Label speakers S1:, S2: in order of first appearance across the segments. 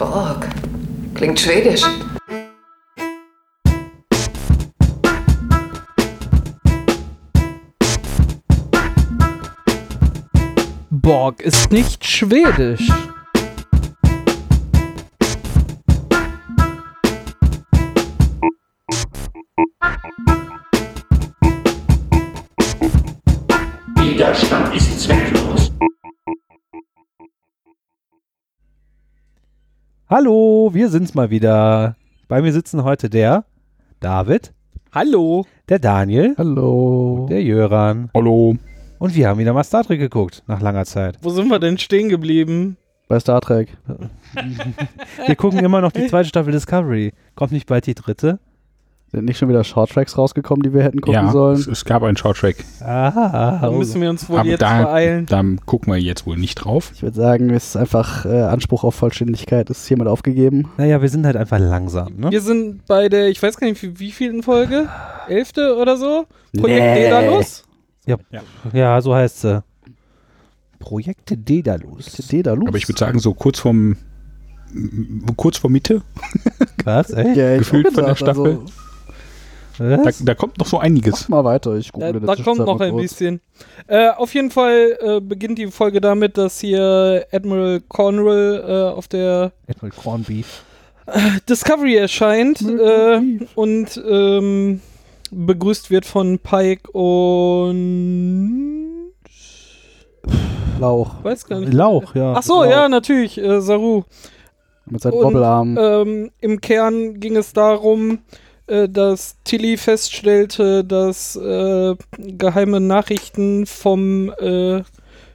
S1: Org. Klingt schwedisch.
S2: Borg ist nicht schwedisch.
S3: Widerstand ist zwecklos.
S4: Hallo, wir sind's mal wieder. Bei mir sitzen heute der David,
S2: Hallo.
S4: der Daniel,
S2: Hallo.
S4: der Jöran
S5: Hallo.
S4: und wir haben wieder mal Star Trek geguckt nach langer Zeit.
S6: Wo sind wir denn stehen geblieben?
S5: Bei Star Trek.
S4: Wir gucken immer noch die zweite Staffel Discovery. Kommt nicht bald die dritte?
S5: Sind nicht schon wieder Short Tracks rausgekommen, die wir hätten gucken
S7: ja, Es,
S5: sollen?
S7: es gab einen Shorttrack.
S4: Ah,
S6: Da müssen wir uns wohl
S7: Aber
S6: jetzt
S7: da-
S6: beeilen.
S7: Da gucken wir jetzt wohl nicht drauf.
S5: Ich würde sagen, es ist einfach äh, Anspruch auf Vollständigkeit ist hiermit aufgegeben.
S4: naja, wir sind halt einfach langsam. Ne?
S6: Wir sind bei der, ich weiß gar nicht, wie, wie vielen Folge? Elfte oder so? Projekt
S5: Nee.
S2: Oh,
S6: Dedalus?
S4: Ja, so äh. heißt sie. Projekte Dedalus.
S5: Dedalus.
S7: Aber ich würde sagen, so kurz vorm m- kurz vor Mitte,
S4: Was? Echt?
S5: ja, ich
S7: gefühlt
S5: auch
S7: von der
S5: gesagt, Also,
S7: da,
S4: Was?
S7: da kommt noch so einiges.
S5: mach mal weiter, ich google halt
S6: Da,
S5: in der
S6: da kommt
S5: Zwischenzeit
S6: noch
S5: mal
S6: ein
S5: kurz.
S6: bisschen. Äh, auf jeden Fall äh, beginnt die Folge damit, dass hier Admiral Cornwall äh, auf der
S4: Admiral Cornby.
S6: Discovery erscheint äh, und ähm, begrüßt wird von Pike und
S5: Lauch.
S6: weiß gar nicht.
S4: Äh, Lauch, ja.
S6: Ach so, ja, natürlich, äh, Saru.
S5: Genau. Mit seinen
S6: Und,
S5: Wobbelarmen.
S6: Ähm, Im Kern ging es darum, äh, dass Tilly feststellte, dass äh, geheime Nachrichten vom äh,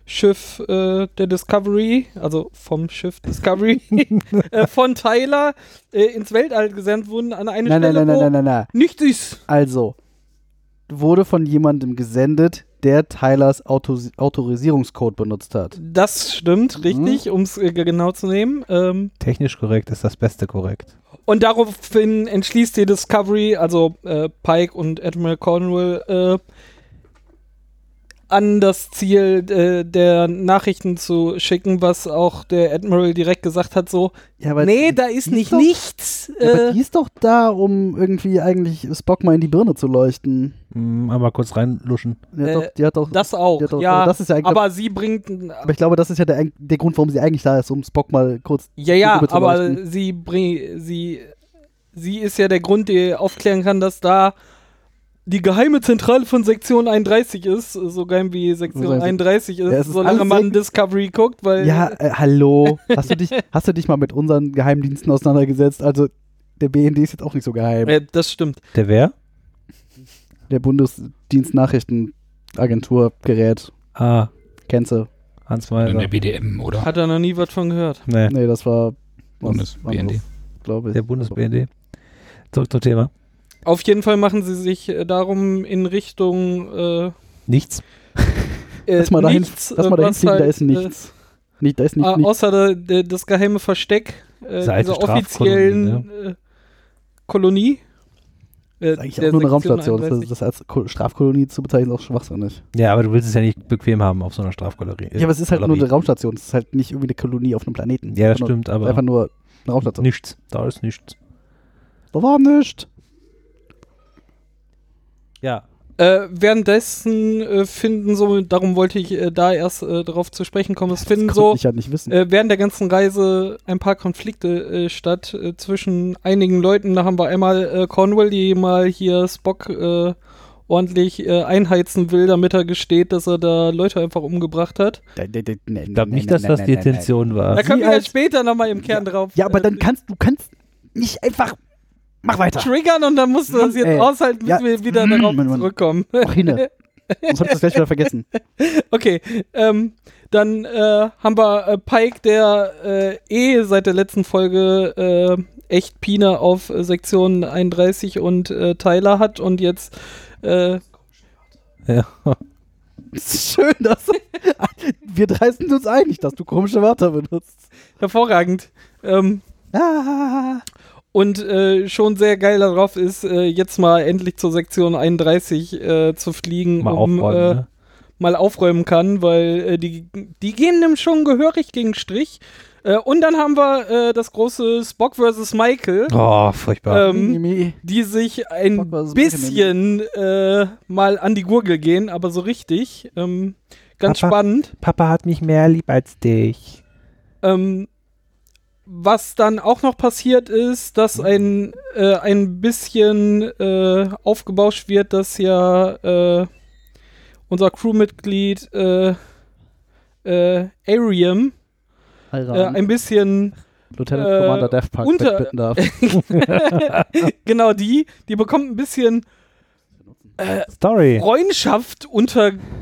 S6: Schiff äh, der Discovery, also vom Schiff Discovery, äh, von Tyler äh, ins Weltall gesandt wurden an eine
S5: nein, nein,
S6: Stelle,
S5: nein, nein,
S6: wo
S5: nein, nein, nein.
S6: nicht ist.
S5: Also, wurde von jemandem gesendet, der Tylers Autos Autorisierungscode benutzt hat.
S6: Das stimmt, richtig,
S5: Mhm.
S6: um es äh, genau zu nehmen. Ähm,
S4: Technisch korrekt ist das Beste korrekt.
S6: Und daraufhin entschließt die Discovery, also äh, Pike und Admiral Cornwall, äh, an das Ziel äh, der Nachrichten zu schicken, was auch der Admiral direkt gesagt hat, so,
S5: Ja, aber
S6: nee, da ist
S5: die
S6: nicht
S5: doch-
S6: nichts.
S5: Ja, aber
S6: Äh,
S5: die ist doch da, um irgendwie eigentlich Spock mal in die Birne zu leuchten.
S4: Mm, einmal kurz reinluschen.
S5: Die hat
S6: Äh,
S5: doch, die hat doch,
S6: das auch,
S5: die hat doch
S6: ja,
S5: das ist ja eigentlich,
S6: aber sie bringt,
S5: aber ich glaube, das ist ja der, der Grund, warum sie eigentlich da ist, um Spock mal kurz.
S6: ja, ja,
S5: Liebe zu
S6: aber
S5: leuchten.
S6: sie bringt, sie, sie ist ja der Grund, der aufklären kann, dass da die geheime Zentrale von Sektion 31 ist, so geheim wie
S5: So
S6: Sektion
S5: geheim-
S6: 31 ist,
S5: Ja, es ist
S6: solange
S5: alles
S6: man
S5: Sek-
S6: Discovery guckt, weil
S5: Ja, äh, hallo. Hast du dich, hast du dich mal mit unseren Geheimdiensten auseinandergesetzt? Also der BND ist jetzt auch nicht so geheim.
S6: Ja, Äh, das stimmt.
S4: Der wer?
S5: Der Bundesdienst Nachrichtenagentur Gerät.
S4: Ah,
S5: Kennst du?
S4: Hans
S6: Also.
S7: In der
S4: Meiser.
S7: BDM, oder?
S6: Hat er noch nie was von gehört.
S4: Nee,
S5: Nee, das war
S7: Bundes- BND.
S5: glaube ich.
S4: der Bundes-BND. Zurück zum Thema.
S6: Auf jeden Fall machen sie sich äh, darum in Richtung äh,
S4: Nichts.
S6: äh,
S5: Lass mal dahin,
S6: nichts,
S5: lass mal
S6: äh,
S5: dahin
S6: was
S5: fliegen, da
S6: halt,
S5: ist nichts. Nicht, da ist
S6: Äh,
S5: nicht,
S6: äh,
S5: nichts.
S6: außer der, der, das geheime Versteck äh,
S4: Diese alte
S6: dieser offiziellen äh, Kolonie. Äh,
S5: Das ne? ist eigentlich
S6: der
S5: auch nur eine
S6: Sektion
S5: Raumstation. Das,
S6: 31.
S5: das als Ko- Strafkolonie zu bezeichnen, ist auch schwachsinnig.
S4: Ja, aber du willst es ja nicht bequem haben auf so einer Strafgalerie.
S5: Ja, aber es ist halt nur
S4: Galerie.
S5: eine Raumstation. Es ist halt nicht irgendwie eine Kolonie auf einem Planeten.
S4: Ja, das
S5: Sondern
S4: stimmt, aber
S5: Einfach nur eine Raumstation.
S4: nichts. Da ist nichts.
S5: Da war nichts.
S4: Ja.
S6: Äh, währenddessen äh, finden so, darum wollte ich äh, da erst äh, darauf zu sprechen kommen, es finden so
S5: ich ja nicht wissen.
S6: äh, während der ganzen Reise ein paar Konflikte äh, statt äh, zwischen einigen Leuten. Da haben wir einmal äh, Cornwall, die mal hier Spock äh, ordentlich äh, einheizen will, damit er gesteht, dass er da Leute einfach umgebracht hat.
S5: ne,
S4: Ich glaube nicht, dass das die Intention war.
S6: Da können
S5: Sie
S6: wir dann
S5: als-
S6: später nochmal im Kern drauf
S5: ne. Ja, aber
S6: äh,
S5: dann kannst du kannst nicht einfach. Mach weiter.
S6: triggern und dann musst du das
S5: Mann,
S6: jetzt
S5: ey.
S6: aushalten, bis
S5: Ja.
S6: wir wieder
S5: Mm,
S6: darauf
S5: Mann, Mann.
S6: zurückkommen.
S5: Mach hin. Sonst hab ich das gleich wieder vergessen.
S6: Okay, ähm, dann äh, haben wir äh, Pike, der äh, eh seit der letzten Folge äh, echt Pina auf äh, Sektion 31 und äh, Tyler hat und jetzt äh,
S4: Ja.
S5: Schön, dass wir dreisten uns eigentlich, dass du komische Wörter benutzt.
S6: hervorragend. Ähm,
S5: Ah.
S6: und äh, schon sehr geil darauf ist, äh, jetzt mal endlich zur Sektion 31 äh, zu fliegen,
S4: Mal
S6: um äh,
S4: aufräumen. Ne?
S6: mal aufräumen kann, weil äh, die, die gehen dem schon gehörig gegen Strich. Äh, und dann haben wir äh, das große Spock vs. Michael,
S4: Oh,
S5: äh,
S4: furchtbar.
S6: ähm, die sich ein
S5: Mhm. Spock vs.
S6: bisschen äh, mal an die Gurgel gehen, aber so richtig. Ähm, ganz
S4: Papa.
S6: spannend.
S4: Papa hat mich mehr lieb als dich.
S6: Ähm, was dann auch noch passiert ist, dass ein, äh, ein bisschen äh, aufgebauscht wird, dass ja äh, unser Crewmitglied äh, äh, Arium äh,
S5: Heiraten.
S6: ein bisschen,
S5: Lieutenant
S6: äh,
S5: Commander Death Park
S6: unter-
S5: wegbitten darf.
S6: genau die, die bekommt ein bisschen
S4: Story.
S6: Freundschaft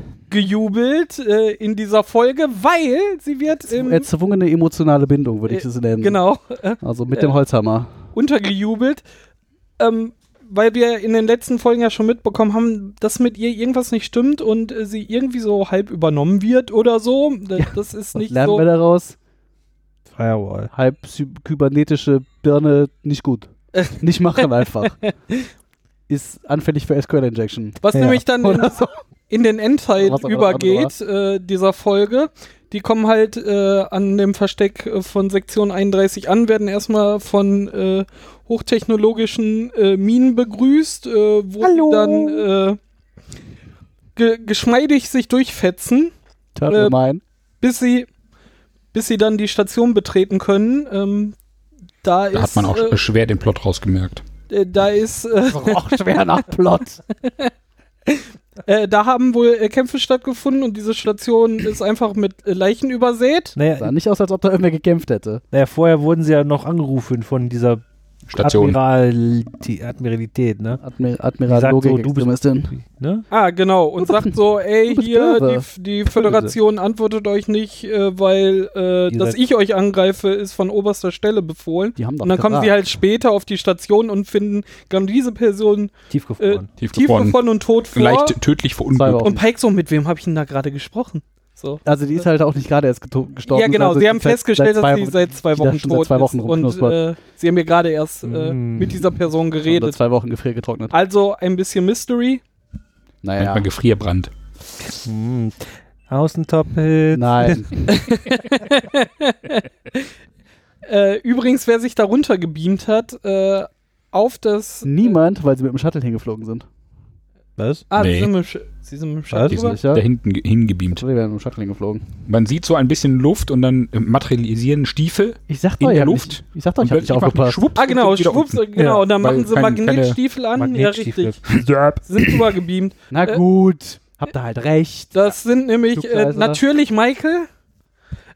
S6: untergejubelt äh, in dieser Folge, weil sie wird im,
S5: Erzwungene emotionale Bindung, würde ich
S6: Äh,
S5: es nennen.
S6: genau,
S5: Also mit dem Holzhammer.
S6: untergejubelt, ähm, weil wir in den letzten Folgen ja schon mitbekommen haben, dass mit ihr irgendwas nicht stimmt und äh, sie irgendwie so halb übernommen wird oder so. D- Das ist
S5: Was
S6: nicht
S5: lernen
S6: so.
S5: wir daraus?
S4: Firewall.
S5: Halb sy- kybernetische Birne nicht gut. Nicht machen einfach. Ist anfällig für SQL-Injection.
S6: Was
S4: Ja.
S6: nämlich dann in, in den Endteil
S5: Was aber
S6: übergeht, äh, dieser Folge. Die kommen halt äh, an dem Versteck äh, von Sektion 31 an, werden erstmal von äh, hochtechnologischen äh, Minen begrüßt, äh, wo
S4: Hallo.
S6: sie dann äh, ge geschmeidig sich durchfetzen.
S5: Turtle
S6: Äh,
S5: Mine.
S6: bis sie, bis sie dann die Station betreten können. Ähm, da, ist,
S7: Da hat man auch
S6: äh,
S7: schwer den Plot rausgemerkt.
S6: äh, da ist, äh,
S5: Auch schwer nach Plot.
S6: äh, da haben wohl äh, Kämpfe stattgefunden und diese Station ist einfach mit äh, Leichen übersät.
S5: Sah
S4: Naja,
S5: nicht aus, als ob da irgendwer gekämpft hätte.
S4: naja, vorher wurden sie ja noch angerufen von dieser
S7: Station.
S4: Admiral, die Admiralität, ne?
S5: Admir
S4: Die
S5: Admiral
S4: sagt
S5: Logik
S4: so, du bist-
S5: Extremistin.
S4: ne?
S6: Ah, genau. Und sagt so, ey,
S5: Oh, Du bist
S6: hier,
S5: böse.
S6: die, die Föderation antwortet euch nicht, äh, weil, äh,
S4: Ihr
S6: dass
S4: seid-
S6: ich euch angreife, ist von oberster Stelle befohlen.
S5: Die haben doch
S6: Und dann kommen sie
S5: gesagt.
S6: halt später auf die Station und finden genau diese Person
S4: Tiefgefroren.
S7: Tiefgefroren.
S6: tiefgefroren und tot vor.
S7: Leicht tödlich
S5: Zwei
S7: verunglückt.
S5: Wochen.
S6: Und Pike so, mit wem habe ich denn da gerade gesprochen? So.
S5: Also die ist halt auch nicht gerade erst geto- gestorben.
S6: Ja, genau.
S5: Also
S6: Sie
S5: die
S6: haben
S5: ist seit-
S6: festgestellt,
S5: seit zwei
S6: dass sie
S5: Wochen-
S6: seit zwei
S5: die da
S6: Wochen
S5: schon seit
S6: tot
S5: zwei Wochen
S6: ist und
S5: rumknuspert.
S6: äh, sie haben ja gerade erst äh,
S4: Mm.
S6: mit dieser Person
S5: unter
S6: geredet.
S5: zwei Wochen gefriergetrocknet.
S4: Ah,
S6: Also ein bisschen Mystery.
S5: Naja.
S7: Manchmal Gefrierbrand.
S4: Hm. Außentoppel.
S5: Nein.
S6: Äh, übrigens, wer sich darunter gebeamt hat, äh, auf das.
S5: Niemand, weil sie mit dem Shuttle hingeflogen sind.
S4: Was?
S6: Ah, sie
S7: Nee.
S6: sind mit dem Sch- sie sind mit dem
S4: Was?
S6: Schatten
S4: Die
S6: drüber.
S5: Sicher?
S7: Da hinten ge- hingebeamt.
S5: Sorry, wir haben mit dem Shuttle hingeflogen.
S7: Man sieht so ein bisschen Luft und dann äh, materialisieren Stiefel.
S5: Ich sag
S7: In
S5: doch, ich
S7: der
S5: hab
S7: Luft?
S5: nicht, ich sag doch, ich
S7: und
S5: hab nicht
S7: plötzlich machen die
S5: aufgepasst.
S7: Schwupps
S6: Ah,
S7: und
S6: genau,
S7: sind wieder
S6: schwupps,
S7: unten.
S6: genau. Und dann
S7: Weil
S6: machen sie
S7: kein-
S6: Magnetstiefel an. ja,
S4: Magnetstiefel.
S6: richtig. Sie sind drüber gebeamt.
S5: Na
S6: Äh,
S5: gut, habt ihr halt recht.
S6: Das sind nämlich äh,
S5: Flugkreise.
S6: natürlich Michael.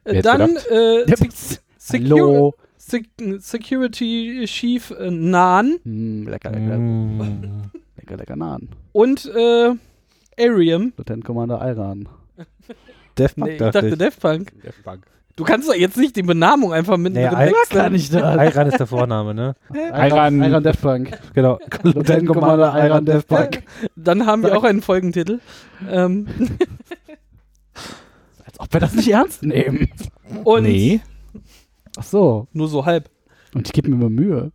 S7: Wer
S6: Äh,
S7: hätte
S6: dann
S7: gedacht?
S6: äh,
S5: Ja,
S6: Sec- Secure-
S5: Hallo.
S6: Sec Security Chief äh, Nahn
S5: Hm, lecker, lecker,
S4: Mm.
S5: lecker, lecker Nahen.
S6: und äh, Arium.
S5: Lieutenant Commander Iran.
S4: Death Punk,
S6: Nee, ich dachte Daft Punk. Du kannst doch jetzt nicht die Benamung einfach mit
S4: Nee,
S6: drin
S4: Al-
S6: wechseln.
S5: ich da.
S4: Ayran ist der Vorname, ne?
S7: Iran-
S5: Iran Death Punk.
S4: Genau.
S5: Lieutenant Commander Iran Death Punk.
S6: Dann haben wir auch einen Folgentitel. Ähm,
S5: Als ob wir das nicht ernst nehmen.
S6: und
S7: Nee.
S5: Ach so.
S6: nur so halb.
S5: Und ich gebe mir immer Mühe.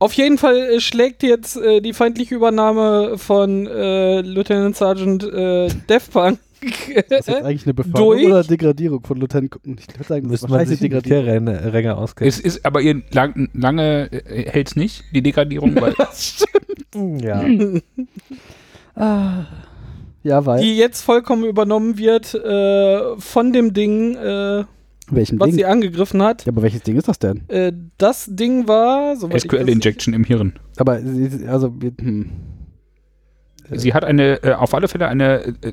S6: Auf jeden Fall äh, schlägt jetzt äh, die feindliche Übernahme von äh, Lieutenant Sergeant äh, Daft Punk.
S5: Das ist jetzt eigentlich eine Beförderung
S6: Äh, Durch?
S5: oder Degradierung von Lieutenant Com- Ich würde sagen, das ist
S4: Müsste man
S5: wahrscheinlich
S4: sich
S5: eine Degradierung.
S4: Militärränge Ränge auskennen.
S7: Es ist aber ihr lang, lange äh, hält's nicht, die Degradierung, weil
S4: Hm, ja.
S5: Ah. Ja, weil.
S6: die jetzt vollkommen übernommen wird äh, von dem Ding, äh,
S5: Welchen
S6: was
S5: Ding?
S6: sie angegriffen hat.
S5: Ja, aber welches Ding ist das denn?
S6: Äh, das Ding war. soweit ich das-
S7: SQL-Injection im Hirn.
S5: Aber, sie- also, wir- hm.
S7: Sie hat eine, äh, auf alle Fälle eine äh,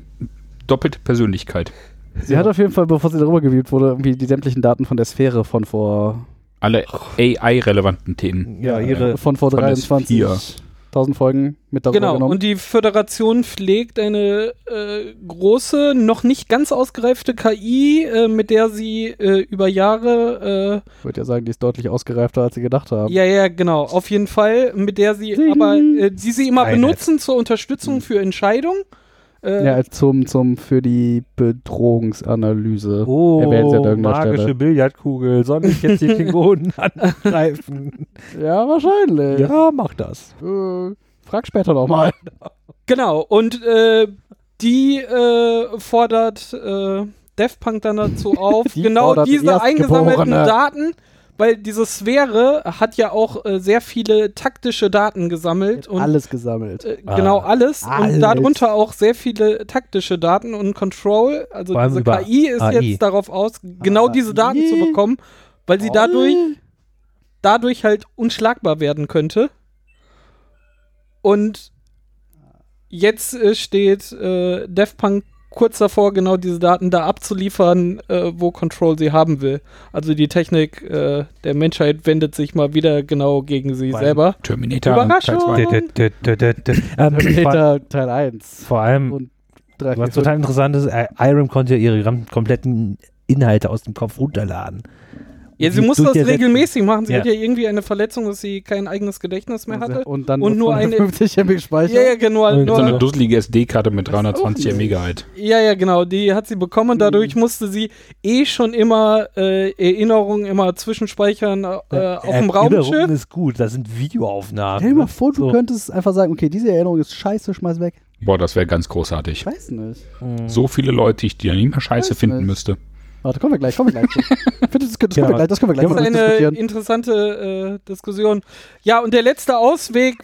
S7: doppelte Persönlichkeit.
S5: Sie hat auf jeden Fall, bevor sie darüber gewählt wurde, irgendwie die sämtlichen Daten von der Sphäre von vor,
S7: Alle AI-relevanten Themen.
S4: ja,
S6: Äh,
S4: ihre.
S5: von vor
S7: von der
S5: 23.000 Folgen mit darüber
S6: Genau,
S5: genommen.
S6: und die Föderation pflegt eine äh, große, noch nicht ganz ausgereifte KI, äh, mit der sie äh, über Jahre,
S5: Ich würde ja sagen, die ist deutlich ausgereifter, als sie gedacht
S6: äh,
S5: haben.
S6: ja, ja, genau, auf jeden Fall, mit der sie aber, äh, die sie immer
S4: Skynet.
S6: benutzen zur Unterstützung für Entscheidungen. Äh,
S5: Hm. Ja, als zum, zum für die Bedrohungsanalyse. Erwähnt sie an
S4: Oh,
S5: irgendeiner
S4: magische
S5: Stelle.
S4: Billardkugel. Soll ich jetzt die Klingonen angreifen?
S5: Ja, wahrscheinlich.
S4: Ja, mach das.
S5: Äh, frag später nochmal.
S6: Genau, und äh, die äh, fordert äh, Daft Punk dann dazu auf,
S5: Die
S6: genau
S5: fordert
S6: diese
S5: Erstgeborene.
S6: eingesammelten Daten, weil diese Sphäre hat ja auch äh, sehr viele taktische Daten gesammelt und
S5: Alles gesammelt.
S6: äh,
S4: Ah.
S6: genau alles,
S5: Alles.
S6: und darunter auch sehr viele taktische Daten und Control, also
S4: Vor allem
S6: diese
S4: über Ah.
S6: KI ist
S4: AI.
S6: jetzt darauf aus, genau diese Daten zu bekommen, weil sie dadurch
S4: Oh.
S6: dadurch halt unschlagbar werden könnte. Und jetzt äh, steht äh, Def Punk kurz davor, genau diese Daten da abzuliefern, äh, wo Control sie haben will. Also die Technik äh, der Menschheit wendet sich mal wieder genau gegen sie
S4: Weil-
S6: selber.
S7: Terminator.
S6: Überraschung!
S7: Teil zwei.
S4: Dö, dö, dö, dö, dö, dö. Ähm, vor,
S5: Peter Teil 1.
S4: vor allem,
S5: Und Drei,
S4: was
S5: vier,
S4: total interessant ist, äh, Irem konnte ja ihre gam- kompletten Inhalte aus dem Kopf runterladen.
S6: Ja, sie
S4: Wie
S6: musste das
S4: durchgesetzt-
S6: regelmäßig machen. Sie
S4: Ja.
S6: hat ja irgendwie eine Verletzung, dass sie kein eigenes Gedächtnis mehr
S5: fünf.
S6: hatte.
S5: Und dann
S6: Und nur eine-
S5: 50 MB gespeichert.
S6: Ja, ja, genau.
S7: Mit so
S6: nur-
S7: einer dusselige SD-Karte mit 320 Megabyte.
S6: Ja, ja, genau. Die hat sie bekommen und dadurch musste sie eh schon immer äh, Erinnerungen immer zwischenspeichern äh, auf dem
S4: Erinnerung
S6: Raumschiff.
S4: ist gut, das sind Videoaufnahmen. ne?
S5: Stell dir mal vor, du
S4: So.
S5: könntest einfach sagen, okay, diese Erinnerung ist scheiße, schmeiß weg.
S7: Boah, das wäre ganz großartig.
S5: Ich weiß nicht.
S7: So viele Leute, die ich die ja nicht mehr scheiße
S5: Weiß
S7: finden
S5: nicht.
S7: müsste.
S5: Warte, kommen wir gleich, kommen wir gleich. zu. Ich finde, das, können- das
S4: Ja,
S5: können wir gleich, das können wir gleich
S6: Das ist
S5: mal
S6: eine
S5: diskutieren.
S6: interessante äh, Diskussion. Ja, und der letzte Ausweg,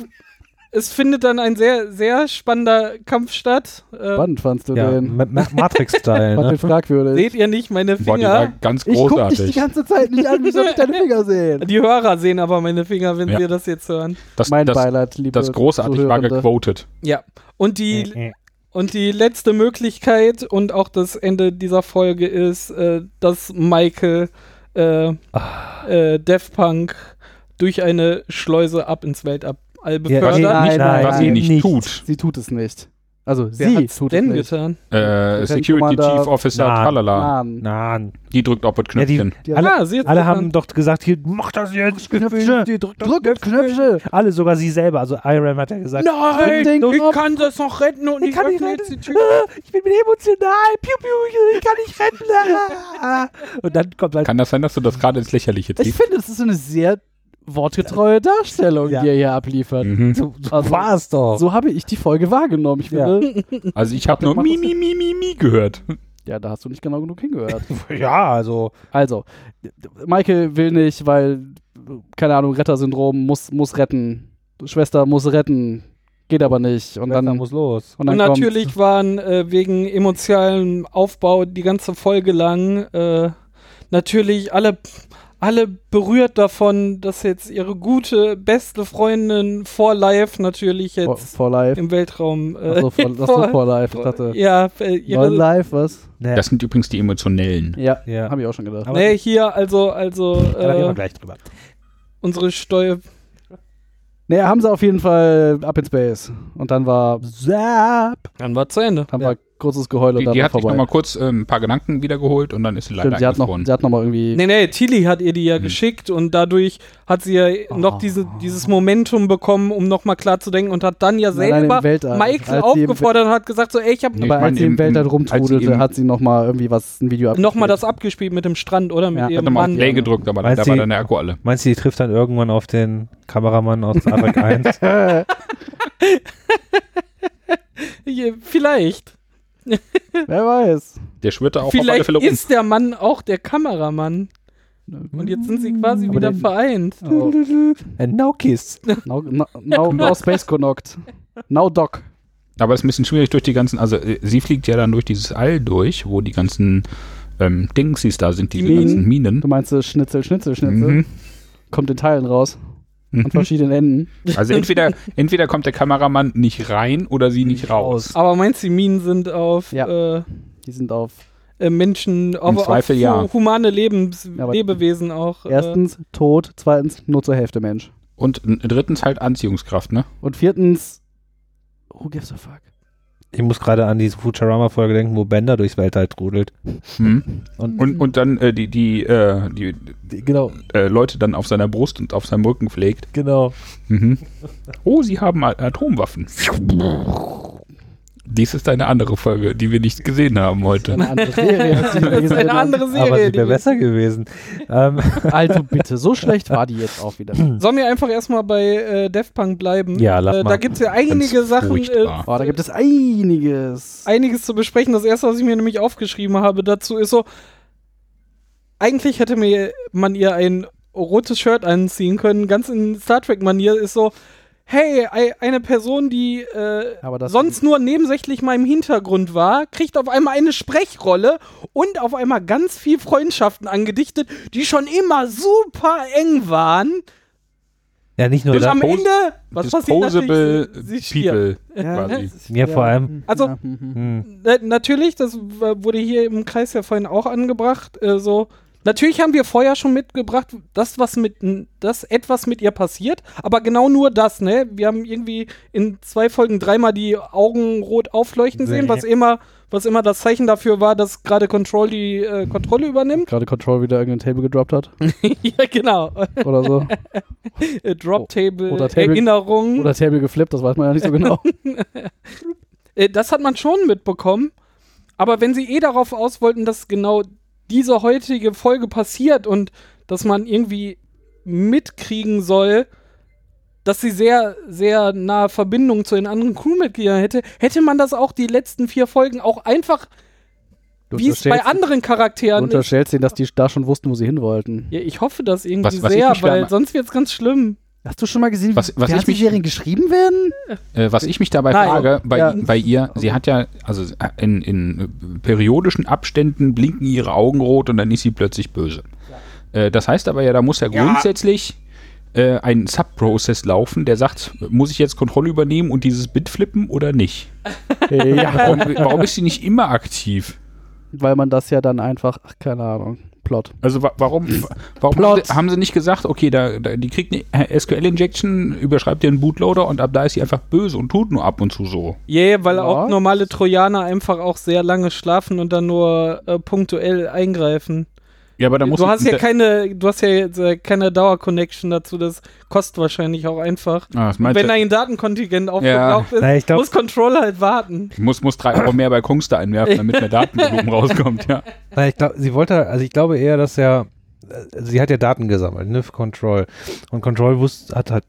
S6: es findet dann ein sehr, sehr spannender Kampf statt. Äh,
S5: Spannend fandst du
S4: Ja,
S5: den.
S4: Ma- Ma- Matrix-Style.
S5: Fand den
S4: ne?
S5: fragwürdig.
S6: seht ihr nicht meine
S7: Boah, die war
S6: Finger?
S7: ganz
S5: Ich guck dich die
S7: großartig.
S5: ganze Zeit nicht an, wie soll ich deine Finger sehen?
S6: Die Hörer sehen aber meine Finger, wenn
S7: Ja.
S6: wir das jetzt hören.
S7: Das,
S5: Mein
S7: das,
S5: Beileid, liebe
S7: das großartig war
S5: Zuhörende.
S7: gequotet.
S6: Ja. Und die
S4: Äh, äh.
S6: Und die letzte Möglichkeit und auch das Ende dieser Folge ist, äh, dass Michael äh,
S4: Ah.
S6: äh, Def Punk durch eine Schleuse ab ins Weltall befördert.
S4: Ja,
S5: Äh, Nein,
S7: nicht,
S5: nein,
S7: was sie
S5: nein,
S7: nicht
S4: nichts.
S7: tut.
S5: Sie tut es nicht. Also,
S6: Wer
S5: sie
S6: hat's
S5: tut
S6: denn
S5: es nicht.
S6: getan?
S7: Äh,
S5: Lieutenant
S7: Security
S5: Commander-
S7: Chief Officer,
S4: Nein,
S7: tralala.
S5: Mann.
S4: Nein.
S7: Die drückt auf das
S4: Ja, die,
S7: Knöpfchen.
S5: Die
S4: alle
S6: ah, sie hat's
S4: alle
S6: getan.
S4: haben doch gesagt, hier, mach das jetzt, Knöpfchen.
S5: Knöpfe, drück Knöpfe.
S4: Alle, sogar sie selber. Also Iram hat ja gesagt,
S5: Drück den
S6: Nein, ich
S5: Knopf.
S6: kann das noch retten und
S4: Ich
S6: ich
S4: kann nicht
S6: öffne
S4: retten.
S6: jetzt die Tür.
S4: ich bin emotional, piu, piu, ich kann nicht retten. Ah. Und dann kommt halt,
S7: Kann das sein, dass du das gerade ins Lächerliche
S5: Ich
S7: ziehst?
S5: finde, es ist eine sehr wortgetreue Darstellung,
S4: Ja.
S5: die er hier abliefert.
S7: Mhm.
S4: so, so
S5: Also-
S4: war es doch.
S5: So habe ich die Folge wahrgenommen. Ich
S4: Ja.
S5: finde,
S7: Also ich habe nur mi, mi, mi, mi, mi gehört.
S5: ja, da hast du nicht genau genug hingehört.
S4: ja, also,
S5: Also, Michael will nicht, weil, keine Ahnung, Rettersyndrom muss, muss retten. Schwester muss retten. Geht aber nicht. Und dann,
S4: dann muss los.
S5: und
S6: Und
S5: dann
S6: natürlich waren äh, wegen emotionalem Aufbau die ganze Folge lang äh, natürlich alle, alle berührt davon, dass jetzt ihre gute, beste Freundin vor live natürlich
S5: kommt
S6: jetzt
S5: for, for life.
S6: im Weltraum. Äh,
S5: Achso, for, das war for life. Ich dachte,
S6: ja, äh, ihre,
S5: for life, was?
S4: Ne,
S7: Das sind übrigens die Emotionellen.
S5: Ja,
S4: Ja.
S5: habe ich auch schon gedacht.
S4: aber
S6: nee, hier, also, also
S4: da reden wir
S6: äh,
S4: gleich drüber.
S6: unsere Steuer.
S5: Naja, haben sie auf jeden Fall ab in Space. Und dann war,
S4: Zap.
S6: Dann war zu Ende.
S5: dann war kurzes Geheul und
S7: Die,
S5: dann also
S7: die
S5: war
S7: hat sich
S5: vorbei.
S7: nochmal kurz äh, ein paar Gedanken wiedergeholt und dann ist sie leider
S5: Stimmt, sie hat noch,
S7: eingefroren.
S5: sie hat noch mal irgendwie.
S6: Nee, nee, Tilly hat ihr die
S5: Mhm.
S6: ja geschickt und dadurch hat sie ja
S5: Oh.
S6: noch diese, dieses Momentum bekommen, um nochmal klar zu denken und hat dann ja
S5: Nein, nein, im
S6: selber
S5: Weltall.
S6: Michael
S5: Als sie im
S6: aufgefordert und hat gesagt, so, ey, ich habe
S7: Nee,
S5: aber als
S7: ich mein,
S5: sie
S7: im-
S5: im Weltall
S7: im- als sie
S5: rumtrudelt,
S7: eben-
S5: hat sie noch mal irgendwie was, ein Video
S6: nochmal das abgespielt mit dem Strand, oder? Mit
S5: Ja.
S7: Hat
S6: ihrem
S7: nochmal auf
S6: Mann.
S7: Play gedrückt, aber
S4: Meinst
S7: da
S4: du-
S7: war dann der Akku alle.
S4: Meinst du, die trifft dann irgendwann auf den Kameramann aus Star Trek 1?
S6: Ja, Vielleicht.
S5: Wer weiß.
S7: Der schwirrte auch auf alle
S6: Vielleicht
S7: Fälle um.
S6: ist der Mann auch der Kameramann. Und jetzt sind sie quasi
S5: Mhm. Aber
S6: wieder
S5: der-
S6: vereint.
S5: Oh.
S4: And now kiss.
S5: Now, now,
S6: Genau.
S5: now, now Space Connect. Now Doc.
S7: Aber es ist ein bisschen schwierig durch die ganzen, also äh, sie fliegt ja dann durch dieses All durch, wo die ganzen ähm, Dingsies da sind, diese
S5: Minen.
S7: ganzen Minen.
S5: Du meinst äh, Schnitzel, Schnitzel, Schnitzel.
S7: Mhm.
S5: Kommt in Teilen raus. An
S7: Mhm.
S5: verschiedenen Enden.
S7: Also entweder, entweder kommt der Kameramann nicht rein oder sie nicht raus.
S6: Aber meinst du, die Minen sind auf
S5: Ja.
S6: äh,
S5: Die sind auf
S6: äh, Menschen, auf,
S7: Zweifel
S6: auf
S7: ja.
S6: humane Lebens
S5: aber-
S6: Lebewesen auch? Äh,
S5: erstens tot, zweitens nur zur Hälfte Mensch.
S7: Und n- drittens halt Anziehungskraft, ne?
S5: Und viertens. Who gives a fuck?
S4: Ich muss gerade an diese Futurama-Folge denken, wo Bender durchs Weltall trudelt.
S7: Und, Mhm. und, und dann äh, die, die, äh, die
S4: Genau,
S7: äh, Leute dann auf seiner Brust und auf seinem Rücken pflegt.
S4: genau.
S7: Mhm. Oh, sie haben A- Atomwaffen. Dies ist eine andere Folge, die wir nicht gesehen haben heute.
S5: Eine andere Serie. als die wir
S6: Das ist
S5: gesehen
S6: eine
S5: haben.
S6: andere
S4: Aber
S6: Serie.
S4: sie
S6: die
S4: wäre
S6: wir-
S4: besser gewesen. Ähm,
S5: Also bitte, so schlecht war die jetzt auch wieder.
S6: Sollen wir einfach erstmal bei äh, Daft Punk bleiben?
S4: Ja, lass
S6: äh,
S4: mal.
S6: Da gibt es ja einige
S7: Ganz
S6: Sachen, äh,
S7: furchtbar.
S5: Oh, da gibt es einiges.
S6: einiges zu besprechen. Das erste, was ich mir nämlich aufgeschrieben habe dazu, ist so: Eigentlich hätte mir man ihr ein rotes Shirt anziehen können. Ganz in Star Trek-Manier ist so: Hey, ei- eine Person, die äh,
S5: Aber das-
S6: sonst nur nebensächlich mal im Hintergrund war, kriegt auf einmal eine Sprechrolle und auf einmal ganz viel Freundschaften angedichtet, die schon immer super eng waren.
S4: ja, nicht nur
S6: Und
S7: Das-
S4: das.
S6: am
S7: Pos-
S6: Ende, was passiert
S7: Disposable
S6: natürlich? Sie- sie stirbt.
S7: People quasi.
S4: Ja, vor allem.
S6: Also,
S5: Ja, mhm.
S4: Hm,
S6: Na, natürlich, das w- wurde hier im Kreis ja vorhin auch angebracht. Äh, so, natürlich haben wir vorher schon mitgebracht, das was mit, n- dass etwas mit ihr passiert, aber genau nur das. Ne, wir haben irgendwie in zwei Folgen dreimal die Augen rot aufleuchten sehen,
S4: Nee.
S6: was immer, was immer das Zeichen dafür war, dass gerade Control die äh, Kontrolle übernimmt.
S5: Gerade Control wieder irgendein Table gedroppt hat
S6: ja, genau.
S5: oder so.
S6: Äh, Drop Table,
S5: Oder Table-
S6: Erinnerung.
S5: Oder Table geflippt, das weiß man ja nicht so genau.
S6: Äh, das hat man schon mitbekommen. Aber wenn sie eh darauf aus wollten, dass genau diese heutige Folge passiert und dass man irgendwie mitkriegen soll, dass sie sehr, sehr nahe Verbindung zu den anderen Crewmitgliedern hätte, hätte man das auch die letzten vier Folgen auch einfach,
S5: Du
S6: wie es bei
S5: unterstellst-
S6: anderen
S5: Du
S6: Charakteren ist.
S5: unterstellst denen, dass die da schon wussten, wo sie hin wollten.
S6: Ja, ich hoffe das irgendwie
S7: Was- was ich
S6: sehr,
S7: mich da
S6: weil
S7: ma-
S6: sonst wird es ganz schlimm.
S5: Hast du schon mal gesehen,
S7: Was- was ich
S5: hat die
S7: mich-
S5: Serien geschrieben werden?
S7: Äh, was ich mich dabei
S6: Nein.
S7: frage, bei,
S5: Ja.
S7: bei ihr, sie hat ja, also in, in periodischen Abständen blinken ihre Augen rot und dann ist sie plötzlich böse. Äh, das heißt aber ja, da muss ja grundsätzlich äh, ein Subprocess laufen, der sagt, muss ich jetzt Kontrolle übernehmen und dieses Bit flippen oder nicht?
S5: ja.
S7: Warum, warum ist sie nicht immer aktiv?
S5: Weil man das ja dann einfach, ach, keine Ahnung, Plot.
S7: Also wa warum, warum
S5: Plot.
S7: haben, sie, haben sie nicht gesagt, okay, da, da, die kriegt eine äh, SQL-Injection, überschreibt ihr einen Bootloader und ab da ist sie einfach böse und tut nur ab und zu so.
S6: Yeah, weil
S5: Ja.
S6: auch normale Trojaner einfach auch sehr lange schlafen und dann nur äh, punktuell eingreifen.
S7: Ja, aber da muss
S6: du hast ja
S7: da-
S6: keine, du hast ja jetzt, äh, keine Dauer-Connection dazu, das kostet wahrscheinlich auch einfach.
S7: Ah, das meinst
S6: Wenn
S7: du-
S6: ein Datenkontingent aufgebraucht
S7: Ja.
S6: ist,
S4: Na, ich glaub-
S6: muss Control halt warten.
S7: Ich muss, muss drei Euro mehr bei Kungster einwerfen, damit mehr Datenvolumen rauskommt, ja.
S4: Nein, ich glaube, sie wollte, also ich glaube eher, dass ja, äh, sie hat ja Daten gesammelt, ne, für Control. Und Control wusste, hat halt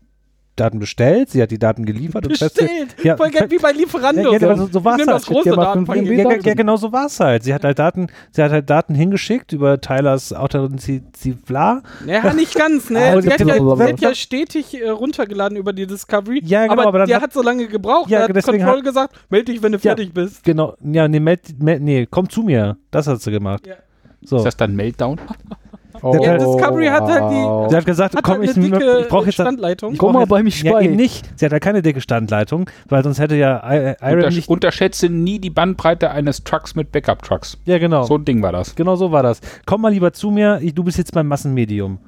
S4: Daten bestellt, sie hat die Daten geliefert und festge-
S6: Bestellt!
S4: Ja,
S6: Voll geil, wie bei
S4: Ja,
S6: Lieferando.
S4: ja, genau, so, so war
S6: Nimm
S4: es
S6: das
S4: halt.
S6: große
S5: dir mal
S4: Ja,
S6: Datenpaket.
S5: fünf-
S4: ja, ja, genau so war es halt. Sie hat halt Daten, sie hat halt Daten hingeschickt über Tylers Authentiziflar.
S6: Ja, nicht ganz,
S4: Ah,
S6: ne? Die
S4: okay.
S6: hat ja, die hat ja
S4: Blablabla.
S6: stetig äh, runtergeladen über die Discovery.
S4: Ja, genau, aber dann
S6: der
S4: hat-
S6: hat so lange gebraucht,
S4: Ja,
S6: da hat
S4: deswegen
S6: Control gesagt, melde dich, wenn du
S4: Ja.
S6: fertig bist.
S4: Genau, ja, nee, meld, meld, nee, komm zu mir. Das hat sie gemacht.
S6: Ja.
S4: So.
S7: Ist das dann Meltdown?
S5: Oh,
S4: Ja,
S6: Discovery hat halt die-
S5: wow.
S4: Sie hat gesagt,
S6: Hat
S4: komm,
S6: halt
S4: ich,
S6: eine dicke
S4: ich brauche jetzt
S6: Standleitung.
S4: ich brauch
S5: Komm mal
S4: jetzt-
S5: bei mich
S4: ja,
S5: bei.
S4: eben nicht. Sie hat halt keine dicke Standleitung, weil sonst hätte ja I- I- Iron
S7: Untersch
S4: nicht.
S7: unterschätze nie die Bandbreite eines Trucks mit Backup-Trucks.
S4: Ja, genau.
S7: So ein Ding war das.
S4: Genau so war das. Komm mal lieber zu mir, ich, du bist jetzt mein Massenmedium.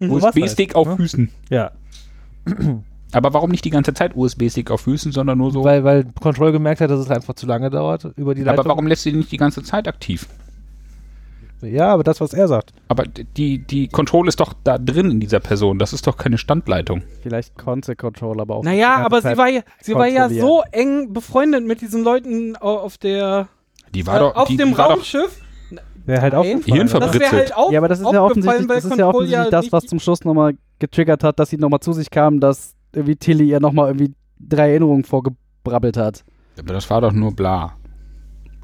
S4: So war's
S7: USB-Stick
S4: halt,
S7: auf
S4: ne?
S7: Füßen.
S4: Ja.
S7: Aber warum nicht die ganze Zeit USB-Stick auf Füßen, sondern nur so?
S4: Weil, weil Control gemerkt hat, dass es halt einfach zu lange dauert über die Leitung.
S7: aber warum lässt sie die nicht die ganze Zeit aktiv?
S4: Ja, aber das, was er sagt.
S7: Aber die, die Control ist doch da drin in dieser Person. Das ist doch keine Standleitung.
S5: Vielleicht konnte Control aber auch.
S6: Naja,
S5: die
S6: aber
S5: ganze
S6: sie war, ja, sie war ja
S5: kontrollieren.
S6: so eng befreundet mit diesen Leuten au- auf der
S7: Die war
S6: äh,
S7: doch,
S6: auf
S7: die,
S6: dem
S7: die war doch
S6: Raumschiff.
S4: Wäre halt
S6: Nein.
S4: aufgefallen.
S7: Hirnver-
S4: oder?
S6: Das wäre halt
S7: verbritzelt.
S6: auch
S5: ja, aber das ist ja offensichtlich,
S6: aufgefallen, weil
S5: das, ist ja
S6: Control
S5: offensichtlich das,
S6: nicht
S5: was
S6: die-
S5: zum Schluss nochmal getriggert hat, dass sie nochmal zu sich kam, dass irgendwie Tilly ihr nochmal irgendwie drei Erinnerungen vorgebrabbelt hat.
S7: Aber das war doch nur bla.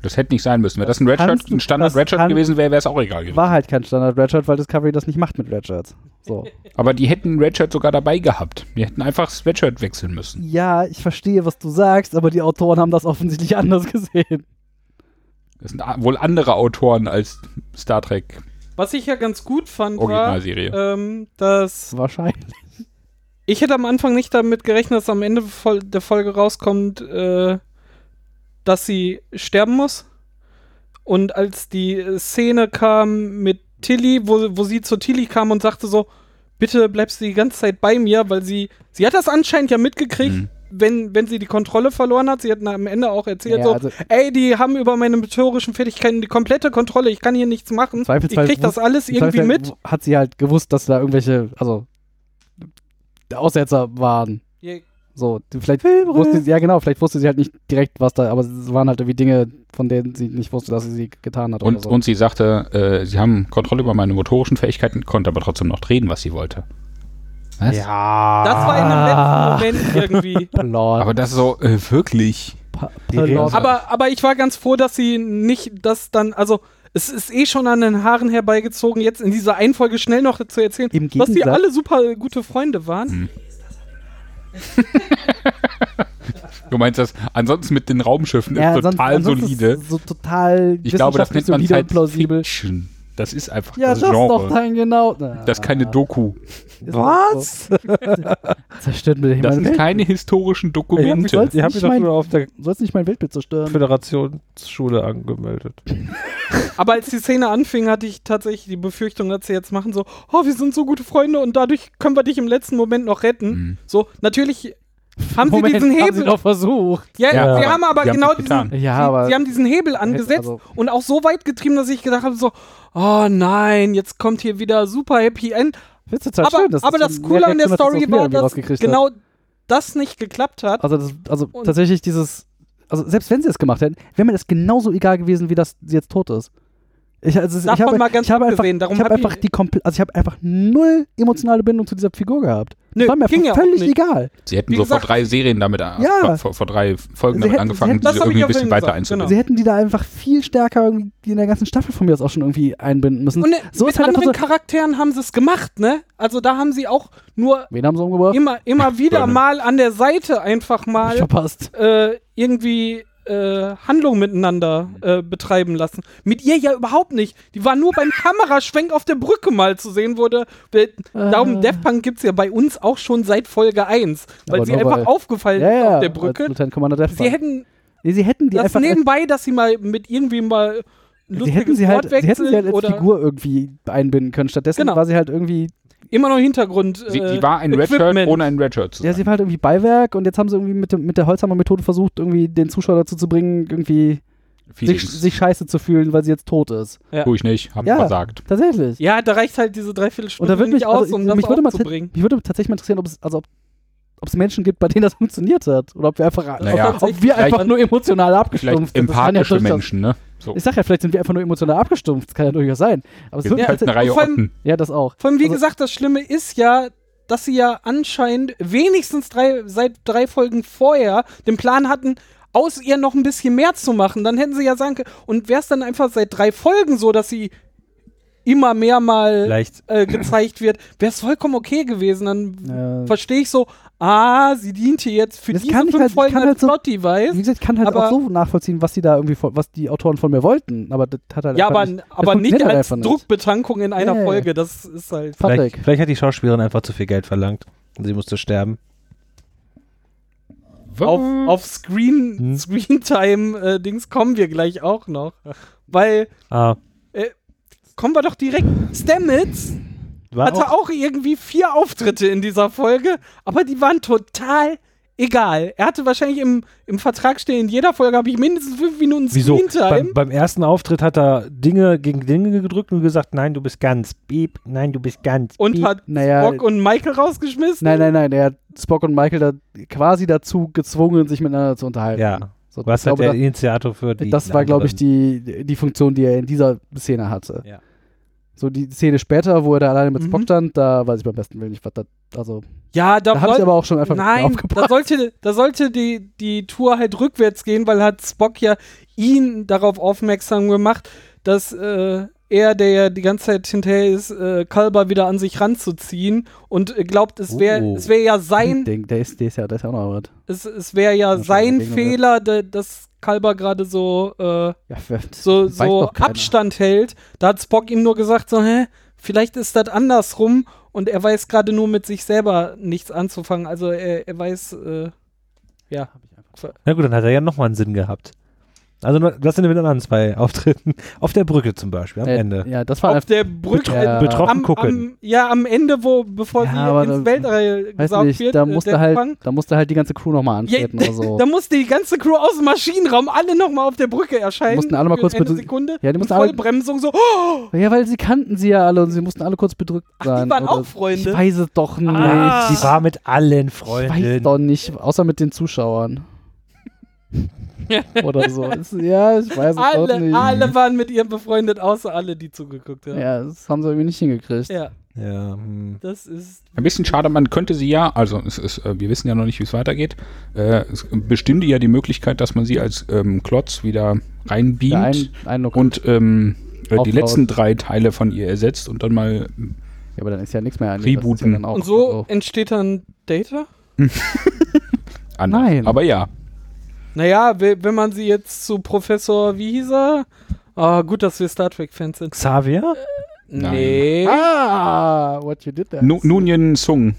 S7: Das hätte nicht sein müssen. Wäre das ein
S5: kannst
S7: Redshirt,
S5: du-
S7: ein Standard
S5: das
S7: Redshirt
S5: kann-
S7: gewesen wäre, wäre es auch egal gewesen.
S5: War halt kein Standard Redshirt, weil Discovery das nicht macht mit Redshirts. So.
S7: Aber die hätten Redshirt sogar dabei gehabt. Die hätten einfach das Redshirt wechseln müssen.
S5: Ja, ich verstehe, was du sagst, aber die Autoren haben das offensichtlich anders gesehen.
S7: Das sind a- wohl andere Autoren als Star Trek
S6: Was ich ja ganz gut fand, war,
S7: Originalserie.
S6: ähm, dass
S5: Wahrscheinlich.
S6: ich hätte am Anfang nicht damit gerechnet, dass am Ende voll- der Folge rauskommt, äh, dass sie sterben muss. Und als die äh, Szene kam mit Tilly, wo, wo sie zu Tilly kam und sagte so, bitte bleibst du die ganze Zeit bei mir, weil sie, sie hat das anscheinend ja mitgekriegt,
S7: Mhm.
S6: wenn, wenn sie die Kontrolle verloren hat. Sie hat am Ende auch erzählt,
S5: Ja,
S6: so,
S5: also-
S6: ey, die haben über meine motorischen Fähigkeiten die komplette Kontrolle, ich kann hier nichts machen. Ich
S5: Zweifelsfall
S6: krieg das
S5: wus-
S6: alles
S5: Im
S6: irgendwie
S5: Zweifel
S6: mit.
S5: Hat sie halt gewusst, dass da irgendwelche, also Aussetzer waren.
S6: Ja,
S5: So, die- vielleicht wusste sie, ja genau, vielleicht wusste sie halt nicht direkt, was da, aber es waren halt irgendwie Dinge, von denen sie nicht wusste, dass sie sie getan hat. oder
S7: Und,
S5: so.
S7: und sie sagte, äh, sie haben Kontrolle über meine motorischen Fähigkeiten, konnte aber trotzdem noch reden, was sie wollte. Was?
S4: Ja.
S6: Das
S5: Ah.
S6: war in einem letzten Moment irgendwie.
S5: Plot.
S7: Aber das ist so, äh, wirklich?
S5: Plot.
S6: Aber, aber ich war ganz froh, dass sie nicht das dann, also es ist eh schon an den Haaren herbeigezogen, jetzt in dieser einen Folge schnell noch zu erzählen,
S5: Im
S6: dass die
S5: Gegensatz- Hm.
S6: alle super gute Freunde waren.
S7: Du meinst das ansonsten mit den Raumschiffen
S5: Ja,
S7: ist
S5: sonst-
S7: total
S5: ansonsten
S7: solide.
S5: ist es So total
S7: Ich glaube, das
S5: wissenschaftlich
S7: nennt
S5: solide
S7: man
S5: und
S7: Science
S5: plausibel.
S7: Fiction. Das ist einfach
S5: Ja, das,
S7: das, Genre.
S5: doch dann genau.
S7: das ist keine Doku.
S5: Was? Zerstört mir
S7: Das
S5: mein
S7: sind
S5: Bild.
S7: keine historischen
S5: Wie
S7: Dokumente.
S5: soll's
S4: Ich habe
S5: nicht
S4: mich doch
S5: mein-
S4: nur auf der
S5: Du sollst nicht mein Weltbild zerstören.
S4: Föderationsschule angemeldet.
S6: Aber als die Szene anfing, hatte ich tatsächlich die Befürchtung, dass sie jetzt machen so, oh, wir sind so gute Freunde und dadurch können wir dich im letzten Moment noch retten.
S5: Hm.
S7: Mhm.
S6: So, natürlich haben
S5: Moment,
S6: sie diesen
S5: Haben sie
S6: Hebel.
S5: doch versucht.
S6: ja,
S7: Ja,
S6: sie
S7: aber
S6: haben aber
S7: sie haben's
S6: genau
S7: nicht getan.
S6: diesen,
S5: Ja,
S6: Sie,
S5: aber
S6: sie haben diesen Hebel angesetzt
S5: also-
S6: und auch so weit getrieben, dass ich gedacht habe, so, oh nein, jetzt kommt hier wieder super Happy End.
S5: Find's total
S6: Aber,
S5: schön, dass
S6: aber
S5: so
S6: das
S5: mehr
S6: Coole an der
S5: Reaktion, als
S6: Story
S5: das
S6: war,
S5: irgendwie
S6: dass
S5: rausgekriegt hat.
S6: genau das nicht geklappt hat.
S5: Also, das, also
S6: Und-
S5: tatsächlich dieses, also selbst wenn sie es gemacht hätten, wäre mir das genauso egal gewesen, wie dass sie jetzt tot ist. Ich, also, es- ich
S6: Davon
S5: habe,
S6: mal ganz
S5: ich habe einfach,
S6: abgesehen, darum
S5: ich habe
S6: hab ich-
S5: einfach die komple- also ich habe einfach null emotionale Bindung zu dieser Figur gehabt.
S6: Nö,
S5: war mir
S6: ging ja
S5: einfach
S6: auch
S5: völlig
S6: nicht.
S5: egal.
S7: Sie hätten
S6: Wie
S7: so
S6: gesagt-
S7: vor drei Serien damit,
S5: Ja.
S7: ja. vor, vor drei Folgen
S5: Sie
S7: damit
S5: hätten- sie
S7: angefangen,
S5: hätten-
S7: diese
S6: Das hab ich
S7: irgendwie ein
S6: auch
S7: bisschen
S6: eben
S7: weiter
S6: gesagt,
S7: einzubinden.
S5: Sie hätten die da einfach viel stärker irgendwie in der ganzen Staffel von mir aus auch schon irgendwie einbinden müssen.
S6: Und ne,
S5: so
S6: mit
S5: ist halt einfach
S6: anderen
S5: so,
S6: Charakteren haben sie es gemacht, ne? Also da haben sie auch nur
S5: wen haben sie umgebracht?
S6: immer, immer wieder
S7: Birne.
S6: mal an der Seite einfach
S5: Hab ich
S6: mal
S5: verpasst.
S6: äh, irgendwie äh, Handlung miteinander äh, betreiben lassen. Mit ihr ja überhaupt nicht. Die war nur beim Kameraschwenk auf der Brücke mal zu sehen wurde. Wir-
S5: Ah.
S6: Darum, Death Punk gibt es ja bei uns auch schon seit Folge 1, weil
S5: Aber
S6: sie
S5: nur
S6: einfach
S5: bei-
S6: aufgefallen
S5: Ja,
S6: ist
S5: ja,
S6: halt auf der
S5: als
S6: Brücke.
S5: Lieutenant Commander Death
S6: Sie
S5: Punk.
S6: hätten
S5: nee, sie hätten die
S6: das
S5: einfach
S6: nebenbei, dass sie mal mit irgendwie mal ein
S5: sie hätten
S6: lustiges
S5: sie halt, sie
S6: Wortwechsel
S5: hätten sie halt als
S6: oder
S5: Figur irgendwie einbinden können. Stattdessen
S6: Genau.
S5: war sie halt irgendwie
S6: immer noch Hintergrund.
S7: Sie,
S6: äh,
S7: sie war ein Redshirt
S6: Equipment.
S7: ohne ein Redshirt zu
S5: Genau. Ja,
S7: sein.
S5: sie war halt irgendwie Beiwerk und jetzt haben sie irgendwie mit, dem- mit der Holzhammer-Methode versucht, irgendwie den Zuschauer dazu zu bringen, irgendwie sich,
S7: Feelings.
S5: sich scheiße zu fühlen, weil sie jetzt tot ist.
S7: Tue ich nicht, haben
S5: Ja.
S7: versagt.
S5: Tatsächlich.
S6: Ja, da reicht halt diese
S5: und
S6: Dreiviertelstunde
S5: da würde
S6: nicht
S5: mich,
S6: aus,
S5: also,
S6: um das
S5: mich, würde mal,
S6: aufzubringen.
S5: mich würde tatsächlich mal interessieren, ob es, also ob ob es Menschen gibt, bei denen das funktioniert hat. Oder ob wir einfach,
S7: Naja.
S5: ob, ob wir einfach
S7: Vielleicht-
S5: nur emotional abgestumpft
S7: Vielleicht
S5: sind. Das kann ja
S7: empathische
S5: durchaus-
S7: Menschen, ne? So.
S5: Ich sag ja, vielleicht sind wir einfach nur emotional abgestumpft. Das kann ja durchaus sein. Aber es
S7: Wir
S5: wird
S7: sind
S5: ja,
S7: halt eine Reihe
S6: vor allem-
S7: Otten.
S5: ja, das auch.
S6: Vor allem, wie
S5: Also-
S6: gesagt, das Schlimme ist ja, dass sie ja anscheinend wenigstens drei, seit drei Folgen vorher den Plan hatten, aus ihr noch ein bisschen mehr zu machen. Dann hätten sie ja sagen können, und wäre es dann einfach seit drei Folgen so, dass sie immer mehr mal
S4: Vielleicht
S6: äh, gezeigt wird, wäre es vollkommen okay gewesen. Dann
S5: Ja.
S6: verstehe ich so, ah, sie diente jetzt für
S5: Das
S6: diese
S5: kann ich
S6: fünf
S5: halt- ich
S6: Folgen
S5: kann
S6: als
S5: halt so-
S6: Plot-Device.
S5: Wie gesagt, ich kann halt
S6: Aber-
S5: auch so nachvollziehen, was die da irgendwie, von- was die Autoren von mir wollten. Aber das hat halt
S6: Ja,
S5: einfach
S6: aber,
S5: nicht, das
S6: aber nicht
S5: funktioniert halt
S6: als
S5: einfach
S6: Druckbetankung in einer
S5: Ja, ja, ja.
S6: Folge. Das ist halt.
S5: Patrick.
S4: Vielleicht, vielleicht hat die Schauspielerin einfach zu viel Geld verlangt. und Sie musste sterben.
S6: auf, auf Screen,
S5: Hm.
S6: Screentime-Dings kommen wir gleich auch noch. Weil,
S4: Ah,
S6: kommen wir doch direkt. Stamets
S4: war
S6: hatte auch irgendwie vier Auftritte in dieser Folge, aber die waren total egal. Er hatte wahrscheinlich im, im Vertrag stehen, in jeder Folge habe ich mindestens fünf Minuten
S4: Wieso? Beim,
S6: Screentime.
S4: beim ersten Auftritt hat er Dinge gegen Dinge gedrückt und gesagt, nein, du bist ganz, beep, nein, du bist ganz.
S6: Und
S4: beep.
S6: hat
S5: Naja,
S6: Bock und Michael rausgeschmissen.
S5: Nein, nein, nein, er hat Spock und Michael da quasi dazu gezwungen, sich miteinander zu unterhalten.
S4: ja,
S5: So,
S4: was
S5: ich
S4: hat
S5: glaube,
S4: der Initiator für
S5: da,
S4: die
S5: das war, glaube ich,
S4: anderen?
S5: die, die Funktion, die er in dieser Szene hatte.
S4: Ja.
S5: So die Szene später, wo er da alleine mit
S6: Mhm.
S5: Spock stand, da weiß ich beim besten Willen nicht, was das, also,
S6: Ja, da,
S5: da habe ich
S6: soll-
S5: aber auch schon einfach nicht mehr
S6: Nein, da
S5: aufgepasst.
S6: sollte, da sollte die, die Tour halt rückwärts gehen, weil hat Spock ja ihn darauf aufmerksam gemacht, dass äh, er, der ja die ganze Zeit hinterher ist, äh, Kalber wieder an sich ranzuziehen und äh, glaubt, es wäre
S4: Oh.
S6: es wär ja sein,
S5: Ding, der ist, der ist ja, der ist ja auch noch was.
S6: es, es wär ja
S5: schon
S6: sein
S5: dagegen,
S6: Fehler, da, dass Kalber gerade so, äh,
S5: Ja, wer-
S6: so,
S5: weiß
S6: so
S5: doch keiner.
S6: Abstand hält. Da hat Spock ihm nur gesagt, so, hä, vielleicht ist das andersrum und er weiß gerade nur mit sich selber nichts anzufangen. Also er, er weiß, äh, ja.
S4: Na gut, dann hat er ja nochmal einen Sinn gehabt. Also nur- das sind mit anderen zwei Auftritten. Auf der Brücke zum Beispiel, am
S5: Äh,
S4: Ende.
S5: Ja, das war
S6: Auf
S5: einfach.
S6: der Brücke.
S5: Ja.
S4: Betroffen
S6: am,
S4: gucken.
S6: Am, ja, am Ende, wo, bevor
S5: Ja, aber
S6: sie ins
S5: da-
S6: Weltall
S5: Weiß
S6: gesaugt
S5: nicht,
S6: wird.
S5: da
S6: äh,
S5: musste
S6: Death
S5: halt,
S6: Punk.
S5: da musste halt die ganze Crew nochmal
S6: Ja,
S5: antreten oder so.
S6: da musste die ganze Crew aus dem Maschinenraum alle nochmal auf der Brücke erscheinen.
S5: Die mussten alle mal
S6: für
S5: kurz
S6: eine
S5: bedr-
S6: Sekunde.
S5: Ja, die
S6: und
S5: mussten alle-
S6: Vollbremsung so. Oh,
S5: Ja, weil sie kannten sie ja alle und sie mussten alle kurz bedrückt sein.
S6: die waren
S5: oder-
S6: auch Freunde.
S5: Ich weiß es doch nicht.
S6: Ah.
S4: Die war mit allen
S5: ich weiß
S4: Freunden.
S5: doch nicht, außer mit den Zuschauern. oder so. Es- Ja, ich weiß es doch
S6: alle,
S5: nicht.
S6: alle waren mit ihr befreundet, außer alle, die zugeguckt haben.
S5: Ja, das haben sie irgendwie nicht hingekriegt.
S6: ja
S4: Ja, hm.
S6: das ist.
S7: Ein bisschen schade, man könnte sie ja, also es ist, äh, wir wissen ja noch nicht, wie es weitergeht, äh, es bestünde ja die Möglichkeit, dass man sie als ähm, Klotz wieder reinbeamt
S5: Ja, ein, ein noch-
S7: und ähm, äh, die
S5: Aufbaut.
S7: letzten drei Teile von ihr ersetzt und dann mal äh,
S5: ja, aber dann ist ja nichts mehr an
S7: Rebooten.
S5: Ja dann auch,
S6: Und so
S5: also-
S6: entsteht dann Data?
S7: anders.
S5: Nein.
S7: Aber ja,
S6: Naja, we- wenn man sie jetzt zu Professor, wie hieß er? Ah, gut, dass wir Star Trek-Fans sind.
S4: Xavier?
S7: Nein.
S6: Nee.
S5: Ah, what you did there.
S7: Nu Nunien Sung.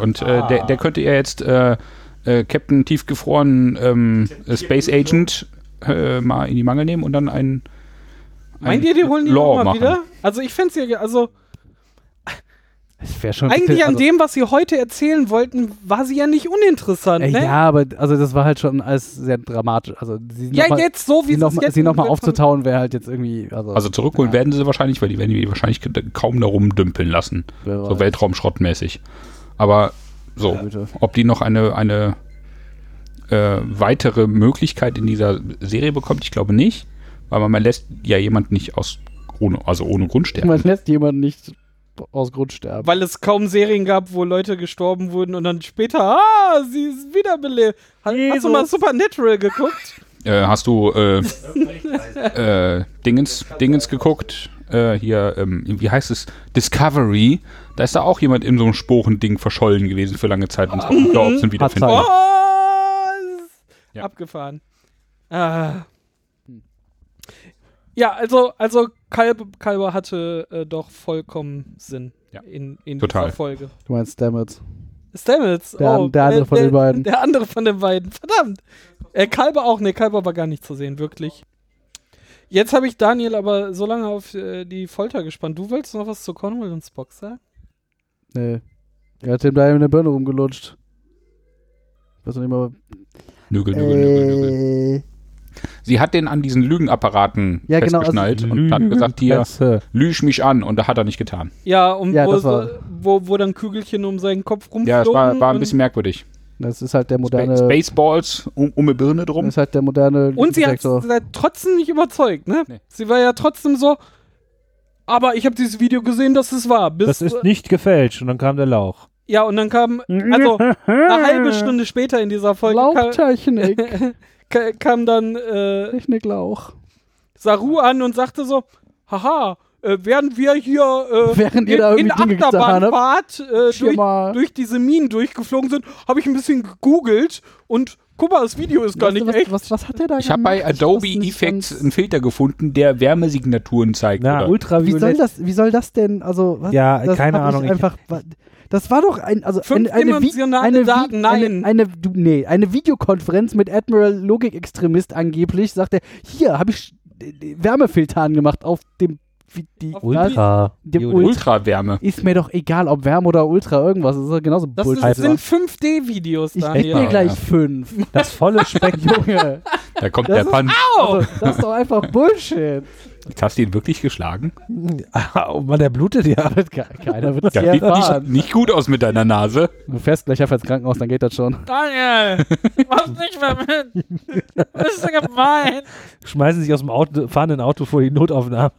S7: Und äh, der, der könnte ja jetzt äh, äh, Captain Tiefgefroren ähm, äh, Space Agent äh, mal in die Mangel nehmen und dann einen.
S6: Meint ihr, die holen die
S7: Law
S6: nochmal
S7: machen.
S6: wieder? Also ich fände es ja, also
S4: Das wäre schon.
S6: eigentlich an
S4: also,
S6: dem, was sie heute erzählen wollten, war sie ja nicht uninteressant,
S5: Äh,
S6: ne?
S5: Ja, aber also das war halt schon alles sehr dramatisch. Also sie
S6: Ja,
S5: noch mal,
S6: jetzt so, wie
S5: sie
S6: es
S5: nochmal
S6: jetzt
S5: noch mal
S6: umgesetzt
S5: aufzutauen wäre halt jetzt irgendwie. Also,
S7: Also zurückholen werden sie wahrscheinlich, weil die werden die wahrscheinlich kaum da rumdümpeln lassen.
S5: wer
S7: So
S5: weiß.
S7: Weltraumschrottmäßig. Aber so,
S5: bitte.
S7: ob die noch eine, eine äh, weitere Möglichkeit in dieser Serie bekommt, ich glaube nicht. Weil man, man lässt ja jemand nicht aus ohne, also ohne Grund sterben.
S5: Man lässt jemanden nicht aus Grund sterben.
S6: Weil es kaum Serien gab, wo Leute gestorben wurden und dann später, ah, sie ist wiederbelebt. Ha- Hast du mal Supernatural geguckt?
S7: Äh, hast du äh, äh, Dingens, Dingens geguckt? Äh, hier, ähm, wie heißt es? Discovery. Da ist da auch jemand in so einem Sporending verschollen gewesen für lange Zeit und ist auch nicht klar, ob sie ihn wiederfinden.
S5: Hat
S6: Oh,
S5: Ja.
S7: Ja.
S6: Abgefahren. Ah. Ja, also, also Kalb, Kalber hatte äh, doch vollkommen Sinn
S7: Ja.
S6: in, in
S7: Total.
S6: dieser Folge.
S5: Du meinst Stamets.
S6: Stamets,
S5: Der an-
S6: oh,
S5: der andere von
S6: der,
S5: den beiden.
S6: Der andere von den beiden, verdammt. Äh, Kalber auch, ne, Kalber war gar nicht zu sehen, wirklich. Jetzt habe ich Daniel aber so lange auf äh, die Folter gespannt. Du wolltest noch was zu Cornwall und Spock sagen?
S5: Nee. Er hat dem da in der Birne rumgelutscht. Weiß noch nicht mal.
S7: Nügel, nügel, nügel,
S5: Äh.
S7: nügel. Sie hat den an diesen Lügenapparaten
S5: Ja, genau,
S7: festgeschnallt
S4: also-
S7: und hat gesagt, hier,
S4: Presse.
S7: lüg mich an. Und da hat er nicht getan.
S6: Ja, und
S5: Ja,
S6: wo,
S5: das
S6: so-
S5: war-
S6: wo, wo dann Kügelchen um seinen Kopf rumflogen.
S7: Ja, es war, war ein
S6: und-
S7: bisschen merkwürdig.
S5: Das ist halt der moderne.
S7: Spa Spaceballs um, um eine Birne
S5: Das
S7: drum.
S5: ist halt der moderne.
S6: Und sie hat
S5: Detektor.
S6: trotzdem nicht überzeugt, ne?
S7: Nee.
S6: Sie war ja trotzdem so, aber ich habe dieses Video gesehen, dass es war. Bis,
S4: Das ist nicht gefälscht. Und dann kam der Lauch.
S6: ja, und dann kam, also eine halbe Stunde später in dieser Folge ka
S5: Lauchtechnik.
S6: ka kam dann äh,
S5: Techniklauch.
S6: Saru an und sagte so, haha, äh, während wir hier äh,
S5: Während ihr da
S6: in, in
S5: irgendwie Dinge getan habt,
S6: Achterbahnfahrt äh, durch,
S5: Schirma.
S6: durch diese Minen durchgeflogen sind, habe ich ein bisschen gegoogelt und guck mal, das Video ist gar nicht
S5: was,
S6: echt.
S5: Was, was hat der da
S7: Ich habe bei
S5: gemacht? Ich
S7: Adobe
S5: weiß nicht
S7: Effects
S5: ganz-
S7: einen Filter gefunden, der Wärmesignaturen zeigt.
S4: Na,
S5: Wie
S7: oder?
S5: soll
S4: ultraviolett.
S5: das, wie soll das denn? Also, was,
S4: Ja,
S5: das
S4: keine
S5: hab ich
S4: Ahnung, ich-
S5: Einfach, wa- das war doch ein, also eine, eine, Vi-
S6: Fünfdimensionale
S5: eine, Vi-
S6: Daten, nein.
S5: eine, eine, du, nee, eine Videokonferenz mit Admiral Logik-Extremist angeblich, sagt er, hier habe ich äh, Wärmefilter angemacht auf dem, wie, die,
S6: Auf
S5: das-
S4: Ultra.
S5: dem Ul-
S7: Ultrawärme.
S5: ist mir doch egal, ob Wärme oder Ultra irgendwas, das ist doch genauso
S6: Das
S5: Bullshit.
S6: ist, sind 5D-Videos,
S5: ich
S6: Daniel.
S5: geb dir
S7: ja.
S5: gleich
S7: Ja.
S5: fünf.
S4: Das volle Spektrum.
S5: Junge,
S7: Da kommt
S5: Das
S7: der
S5: ist-
S7: Punch.
S5: also, das ist doch einfach Bullshit.
S7: Jetzt hast du ihn wirklich geschlagen?
S4: oh Mann, der blutet ja.
S5: Wird ke- Keiner wird es
S7: Ja,
S5: ja,
S7: sieht
S5: erfahren.
S7: nicht, nicht gut aus mit deiner Nase.
S5: Du fährst gleich einfach ins Krankenhaus, dann geht das schon.
S6: Daniel, mach nicht mehr mit. Das ist ja gemein.
S4: Schmeißen sich aus dem Auto, fahren in ein Auto vor die Notaufnahme.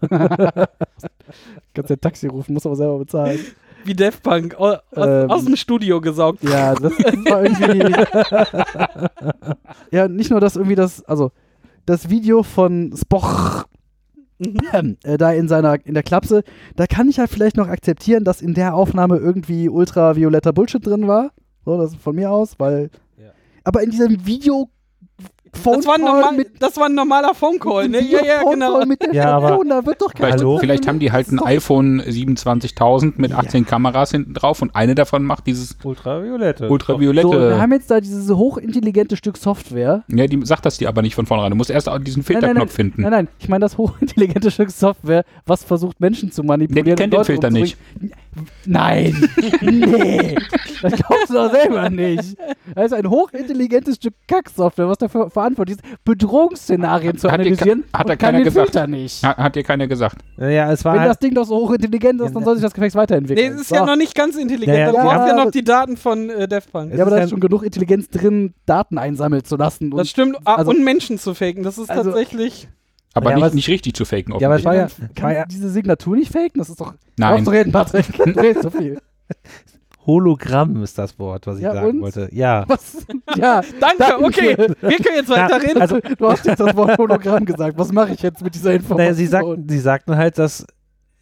S5: Kannst ja Taxi rufen, musst aber selber bezahlen.
S6: Wie Def Punk, aus,
S5: Ähm.
S6: aus dem Studio gesaugt.
S5: Ja, das war irgendwie. ja, nicht nur das irgendwie das, also das Video von Spoch
S6: Mhm.
S5: äh, da in seiner in der Klapse, da kann ich halt vielleicht noch akzeptieren, dass in der Aufnahme irgendwie ultravioletter Bullshit drin war. So, das von mir aus, weil. Aber in diesem Video Phone
S6: Das war, ein
S5: Call
S6: normal,
S5: mit
S6: das war ein normaler Phone Call, ne? Ja, ja,
S5: Phone
S6: genau.
S5: Call mit der
S4: Ja, aber-
S5: Person, da wird doch kein
S7: Vielleicht,
S4: Hallo?
S7: vielleicht haben die halt ein iPhone 27000 mit 18 Kameras hinten drauf und eine davon macht dieses
S4: Ultraviolette.
S7: ultraviolette.
S5: So, wir haben jetzt da dieses hochintelligente Stück Software.
S7: ja, die sagt das dir aber nicht von vornherein. Du musst erst auch diesen
S5: Nein, nein,
S7: Filterknopf
S5: nein,
S7: finden.
S5: Nein, nein, ich meine das hochintelligente Stück Software, was versucht Menschen zu manipulieren.
S7: Nee, die
S5: und
S7: kennt den
S5: Leute
S7: Filter nicht.
S5: umzubringen. Nein, nee, das glaubst du doch selber nicht. Das ist ein hochintelligentes Stück Kacksoftware, was dafür verantwortlich ist, Bedrohungsszenarien zu
S7: Hat dir ke-
S5: analysieren
S7: hat da
S5: und kann
S7: keiner
S5: den
S7: gesagt.
S5: Filter nicht.
S7: Ha- Hat dir keiner gesagt.
S4: Ja, es war
S5: Wenn das
S4: halt,
S5: Ding doch so hochintelligent ist, dann soll sich das Gefecht
S6: Nee,
S5: weiterentwickeln.
S6: es ist
S5: So.
S6: ja noch nicht ganz intelligent.
S4: Ja, ja,
S6: da
S5: ja,
S6: braucht ja
S5: aber-
S6: noch die Daten von äh, Daft Punk.
S5: ja, aber
S4: es
S5: da
S4: ist
S5: ist
S4: ja-
S5: schon genug Intelligenz drin, Daten einsammeln zu lassen.
S6: das
S5: Und
S6: stimmt. Ah,
S5: also-
S6: und Menschen zu faken, das ist
S5: Also-
S6: tatsächlich.
S7: Aber
S4: Ja,
S7: nicht,
S4: aber es-
S7: nicht richtig zu faken.
S4: ja, aber es
S7: offensichtlich.
S4: war ja, war
S5: kann
S4: ja
S5: man diese Signatur nicht faken? Das ist doch.
S7: Nein.
S5: Auf zu reden, Patrick. Du redest so viel.
S4: Hologramm ist das Wort, was ich
S5: Ja,
S4: sagen
S5: und?
S4: wollte. Ja.
S5: Was? Ja.
S6: Danke,
S5: Danke.
S6: okay. Wir können jetzt weiterreden.
S5: Also, du hast jetzt das Wort Hologramm gesagt. Was mache ich jetzt mit dieser Information?
S4: Naja, sie sagten, sie sagten halt, dass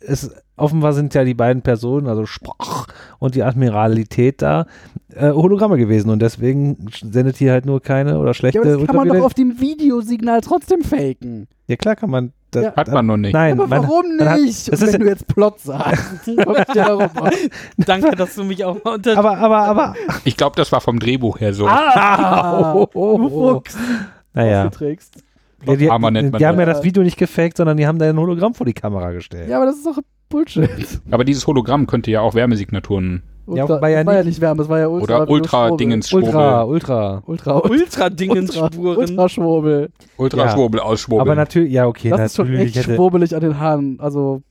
S4: es offenbar sind ja die beiden Personen, also Sprach und die Admiralität da, äh, Hologramme gewesen und deswegen sendet hier halt nur keine oder schlechte
S5: ja, aber das kann man doch
S4: Ultraviolett-
S5: auf dem Videosignal trotzdem faken.
S4: Ja klar kann man. Das,
S5: Ja.
S7: Hat man noch nicht.
S4: Nein,
S5: Aber
S4: man,
S5: warum
S4: man hat-
S5: nicht?
S4: das
S5: Und
S4: ist
S5: wenn
S4: ja-
S5: du jetzt Plot sagst, komm ich dir darum an.
S6: Danke, dass du mich auch mal unter.
S4: aber, aber, aber.
S7: Ich glaube, das war vom Drehbuch her so.
S5: Ah,
S4: Oh, oh,
S5: du
S4: oh.
S5: Fuchs,
S4: Naja.
S5: was du trägst.
S4: Ja, die,
S7: Hammer nennt man
S4: die haben ja
S5: das.
S4: das Video nicht gefaked, sondern die haben da ein Hologramm vor die Kamera gestellt.
S5: Ja, aber das ist doch Bullshit.
S7: Aber dieses Hologramm könnte ja auch Wärmesignaturen
S5: Ultra,
S4: wobei ja
S5: das war ja nicht Wärme, das war ja Ultra.
S7: oder Ultra-Dingens
S4: Ultra,
S7: Schwurbel.
S4: ultra.
S5: Ultra, Ultra, Ultra,
S6: Ultra-Dingenspuren.
S5: Ultra Schwurbel.
S7: Ultra-Schwurbel
S4: Aber
S7: ausschwurbeln.
S4: natürlich, ja, okay,
S5: Das ist schon
S4: natürlich
S5: echt schwurbelig an den Haaren. Also,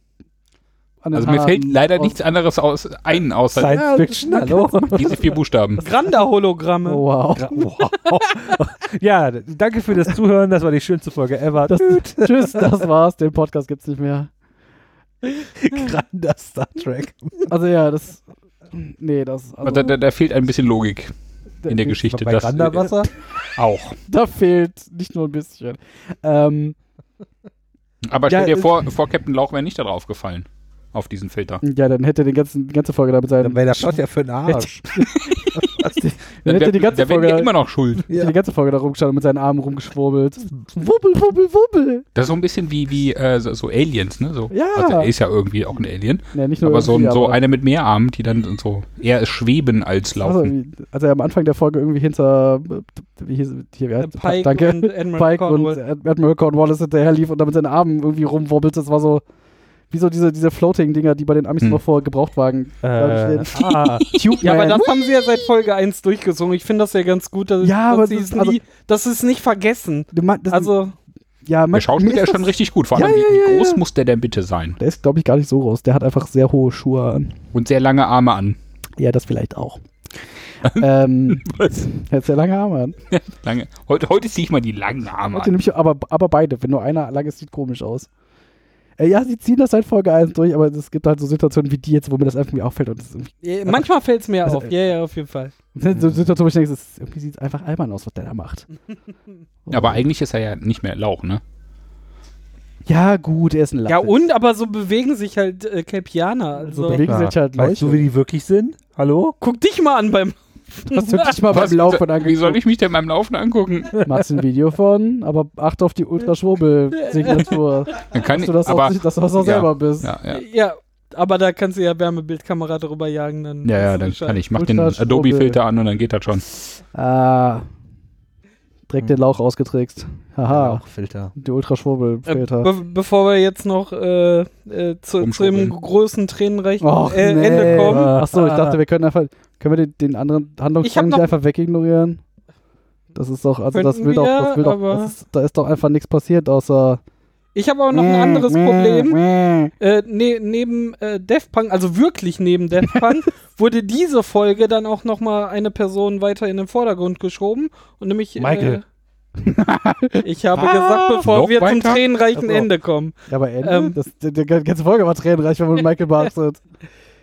S5: an den
S7: Also mir
S5: Haaren
S7: fällt leider
S5: Ah, aus-
S7: nichts anderes aus ein, außer
S4: Science
S5: Ja,
S4: Fiction,
S5: man
S4: hallo?
S7: diese vier Buchstaben.
S6: Granda-Hologramme.
S5: Oh, wow.
S4: Wow. ja, danke für das Zuhören. Das war die schönste Folge ever.
S5: Das, tschüss, das war's. Den Podcast gibt's nicht mehr.
S4: Grander Star Trek.
S5: Also, ja, das. Nee, das. Also,
S7: Da, da, da fehlt ein bisschen Logik in der Geschichte.
S4: Bei
S7: Das,
S4: Granderwasser?
S7: auch.
S5: da fehlt nicht nur ein bisschen. Ähm,
S7: Aber stell
S5: Ja,
S7: dir
S5: es-
S7: vor, vor Captain Lauch wäre nicht da drauf gefallen. Auf diesen Filter.
S5: ja, dann hätte die, ganzen, die ganze Folge damit sein.
S4: Dann wäre der Shot ja für den Arsch.
S5: Dann hätte die ganze
S7: da wären
S5: Folge
S7: wir immer noch schuld.
S5: hätte die ganze Folge da rumgestanden und mit seinen Armen rumgeschwurbelt. Wubbel, wubbel, wubbel.
S7: Das ist so ein bisschen wie, wie äh, so, so Aliens, ne? So,
S5: Ja.
S7: Also er ist ja irgendwie auch ein Alien.
S5: Nee, nicht nur
S7: Aber so,
S5: irgendwie,
S7: so
S5: aber-
S7: einer mit mehr Armen, die dann so eher schweben als
S5: Also,
S7: laufen.
S5: wie- als er am Anfang der Folge irgendwie hinter äh, wie hieß, hier, wie heißt,
S6: Pike
S5: danke,
S6: und Admiral
S5: Pike
S6: Cornwall.
S5: und Ad- Admiral Cornwallis hinterher lief und damit seinen Armen irgendwie rumwobbelte. Das war so wie so diese, diese Floating-Dinger, die bei den Amis
S7: Hm.
S5: immer vor Gebrauchtwagen
S4: äh, ah,
S5: Tube
S6: Ja, aber
S5: Man.
S6: das haben sie ja seit Folge 1 durchgesungen. Ich finde das ja ganz gut, dass,
S5: Ja, aber
S6: dass sie
S5: das-
S6: es
S5: also-
S6: nie, dass sie es nicht vergessen.
S5: Du mein- das-
S6: Also,
S5: ja,
S7: Der
S5: man, mir
S7: Schauspieler ist
S5: das-
S7: schon richtig gut. Vor
S5: Ja,
S7: allem, wie,
S5: ja,
S7: wie
S5: ja, ja.
S7: groß muss der denn bitte sein?
S5: Der ist, glaube ich, gar nicht so groß. Der hat einfach sehr hohe Schuhe an.
S7: Und sehr lange Arme an.
S5: Ja, das vielleicht auch. ähm,
S7: Was?
S5: er hat sehr lange Arme an.
S7: Lange. Heute, heute ziehe ich mal die langen Arme
S5: Warte,
S7: an.
S5: nämlich, aber, aber beide. Wenn nur einer lang ist, sieht komisch aus. Äh, ja, sie ziehen das seit Folge 1 durch, aber es gibt halt so Situationen wie die jetzt, wo mir das einfach mir auffällt. Und das ist irgendwie,
S6: eh, manchmal fällt es mir
S5: Also,
S6: auf. Ja, ja, auf jeden Fall.
S5: das sind so Situationen, wo ich denke, das ist, irgendwie sieht es einfach albern aus, was der da macht.
S7: Aber eigentlich ist er ja nicht mehr Lauch, ne?
S5: Ja, gut, er ist ein Lappen.
S6: Ja, und aber so bewegen sich halt äh, Kelpianer. Also,
S5: So bewegen
S4: ah,
S5: sich halt
S4: weißt du,
S5: Leute.
S4: wie die wirklich sind? Hallo?
S6: guck dich mal an beim.
S5: Das wird dich mal beim Laufen
S7: Wie soll
S5: angeguckt.
S7: ich mich denn beim Laufen angucken?
S5: Machst ein Video von, aber achte auf die Ultraschwurbel-Signatur.
S7: Dann kann
S5: Dass du das
S7: aber,
S5: auch, dass du das auch selber bist.
S7: Ja, ja.
S6: Ja. aber da kannst du ja Wärmebildkamera drüber jagen. Dann
S7: Ja, ja, dann
S6: halt
S7: kann ich. Mach den
S5: Ultra Schwurbel.
S7: Adobe-Filter an und dann geht das schon.
S5: Ah. Direkt den Lauch ausgetrickst.
S4: Ah.
S5: Haha.
S4: Filter.
S5: Die
S7: Ähm,
S5: Ultraschwurbelfilter.
S6: Be bevor wir jetzt noch äh, äh, zu, zu dem
S7: Rumschwurbeln.
S6: großen Tränenreichen
S5: Och,
S6: äh,
S5: nee.
S6: Ende kommen.
S5: Achso, ich dachte, wir können einfach. Können wir den, den anderen
S6: Ich hab
S5: Handlungsstrang
S6: noch-
S5: nicht einfach wegignorieren? Das ist doch, also das
S6: Könnten
S5: will doch, das
S6: wir,
S5: will doch,
S6: aber-
S5: das ist, da ist doch einfach nichts passiert, außer.
S6: Ich habe aber noch ein anderes Problem.
S5: Problem.
S6: Äh, ne, neben äh, Def Punk, also wirklich neben Def Punk, wurde diese Folge dann auch nochmal eine Person weiter in den Vordergrund geschoben. Und nämlich.
S4: Michael.
S6: Äh, ich habe gesagt,
S5: Ah.
S6: bevor
S7: Noch
S6: wir zum
S7: weiter?
S6: tränenreichen
S5: Also.
S6: Ende kommen.
S5: Ja, aber Ende?
S6: Ähm.
S5: das, die, die ganze Folge war tränenreich, wenn man Michael beachtet.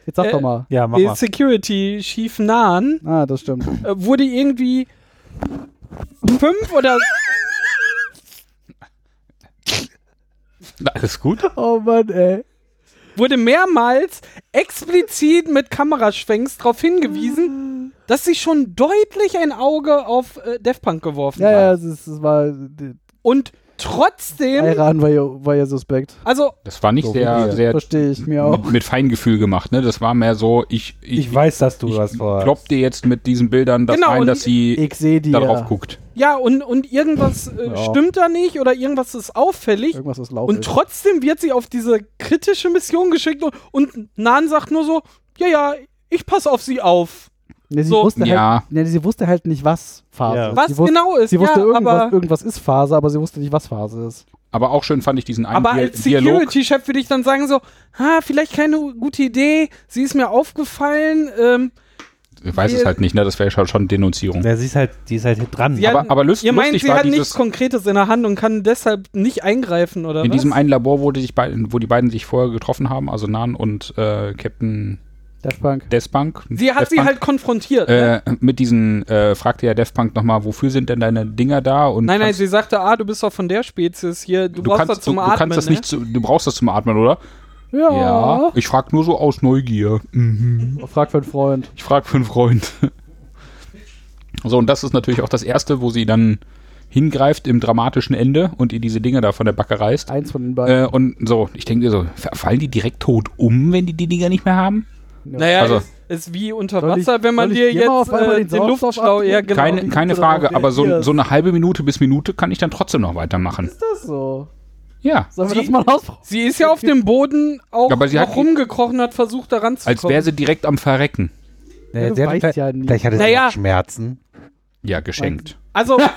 S5: Jetzt sag
S6: Äh,
S5: doch mal.
S4: Ja, mach
S6: Der
S4: mal.
S6: Security Chief Nahen
S5: Ah, das stimmt.
S6: äh, wurde irgendwie fünf oder.
S7: Alles gut?
S5: Oh Mann, ey.
S6: wurde mehrmals explizit mit Kameraschwenks darauf hingewiesen, dass sie schon deutlich ein Auge auf äh, Daft Punk geworfen
S5: Ja,
S6: haben.
S5: ja, es, ist, es war. die-
S6: Und trotzdem,
S5: Iran war ja, war ja suspekt.
S6: also
S7: Das war nicht
S4: So,
S7: sehr,
S4: hier.
S7: sehr
S5: Verstehe ich mir auch.
S7: mit Feingefühl gemacht, ne? Das war mehr so, ich,
S4: Ich weiß, dass du
S7: ich
S4: was vorhast.
S7: klopp dir jetzt mit diesen Bildern das
S6: Genau,
S7: ein,
S6: und
S7: dass sie
S5: Ich sehe die.
S7: da drauf
S5: ja.
S7: guckt.
S6: Ja, und, und irgendwas äh,
S4: Ja.
S6: stimmt da nicht oder irgendwas ist
S7: Äh,
S6: auffällig.
S5: Irgendwas ist laut.
S6: Und trotzdem wird sie auf diese kritische Mission geschickt und, und Nan sagt nur so, ja, ja, ich passe auf sie auf.
S5: nee, sie,
S6: so-
S5: wusste
S7: Ja.
S5: halt, nee, sie wusste halt nicht, was Phase
S4: Ja.
S5: ist.
S6: Was
S5: sie wusste,
S6: genau ist,
S5: sie wusste
S6: ja,
S5: irgendwas,
S6: aber,
S5: irgendwas ist Phase, aber sie wusste nicht, was Phase ist.
S7: Aber auch schön fand ich diesen einen
S6: aber
S7: Dia-
S6: als
S7: Dialog.
S6: Security-Chef würde ich dann sagen so, ha, vielleicht keine gute Idee, sie ist mir aufgefallen. Ähm,
S7: Ich weiß es
S6: Wir-
S7: halt nicht, ne? Das wäre schon, schon Denunzierung.
S4: Ja, sie ist halt, die ist halt dran.
S6: sie
S7: Aber-
S6: hat,
S7: aber lust-
S6: ihr meint,
S7: lustig
S6: sie
S7: war
S6: hat nichts
S7: dieses-
S6: Konkretes in der Hand und kann deshalb nicht eingreifen oder
S7: In
S6: was?
S7: diesem einen Labor, wo die, sich bei, wo die beiden sich vorher getroffen haben, also Nan und äh, Captain
S5: Daft Punk.
S7: Deathpunk.
S6: sie hat
S7: Daft
S6: sie
S7: Punk,
S6: halt konfrontiert. ne?
S7: Äh, mit diesen, äh, fragte ja Deathpunk nochmal, wofür sind denn deine Dinger da? Und
S6: Nein, nein,
S7: kannst-
S6: sie sagte, ah, du bist doch von der Spezies hier, du,
S7: du
S6: brauchst
S7: kannst,
S6: das zum
S7: du,
S6: Atmen.
S7: du kannst das
S6: ne?
S7: nicht, zu, du brauchst das zum Atmen, oder?
S5: Ja.
S7: Ich frag nur so aus Neugier.
S5: Frag für einen Freund.
S7: Ich frag für einen Freund. So, und das ist natürlich auch das erste, wo sie dann hingreift im dramatischen Ende und ihr diese Dinger da von der Backe reißt.
S5: Eins von den beiden.
S7: Äh, und so, ich denke so, ver- fallen die direkt tot um, wenn die die Dinger nicht mehr haben?
S6: ne? Naja,
S7: Also-
S6: ist, ist wie unter
S5: Soll ich-
S6: Wasser, wenn man
S5: soll ich
S6: dir
S5: dir
S6: jetzt
S5: mal auf einmal
S6: äh, den,
S5: den Sauerstoff
S6: Luftschlauch, ja
S5: abdrücken?
S6: genau.
S7: Keine, keine
S5: darauf
S7: Frage, aber so,
S5: reagierst.
S7: so eine halbe Minute bis Minute kann ich dann trotzdem noch weitermachen.
S5: ist das so?
S7: Ja,
S5: Sollen wir
S6: Sie-
S5: das mal ausprobieren?
S6: Sie ist ja auf dem Boden auch
S7: Aber sie
S6: noch
S7: hat-
S6: rumgekrochen, hat versucht, da
S7: als
S6: ranzukommen.
S7: wäre sie direkt am Verrecken.
S4: Naja,
S5: du
S4: sie hatte
S5: weißt
S4: vielleicht-
S5: ja nie.
S4: Vielleicht hatte sie
S6: Naja.
S4: auch Schmerzen.
S7: Ja, geschenkt.
S6: also, we-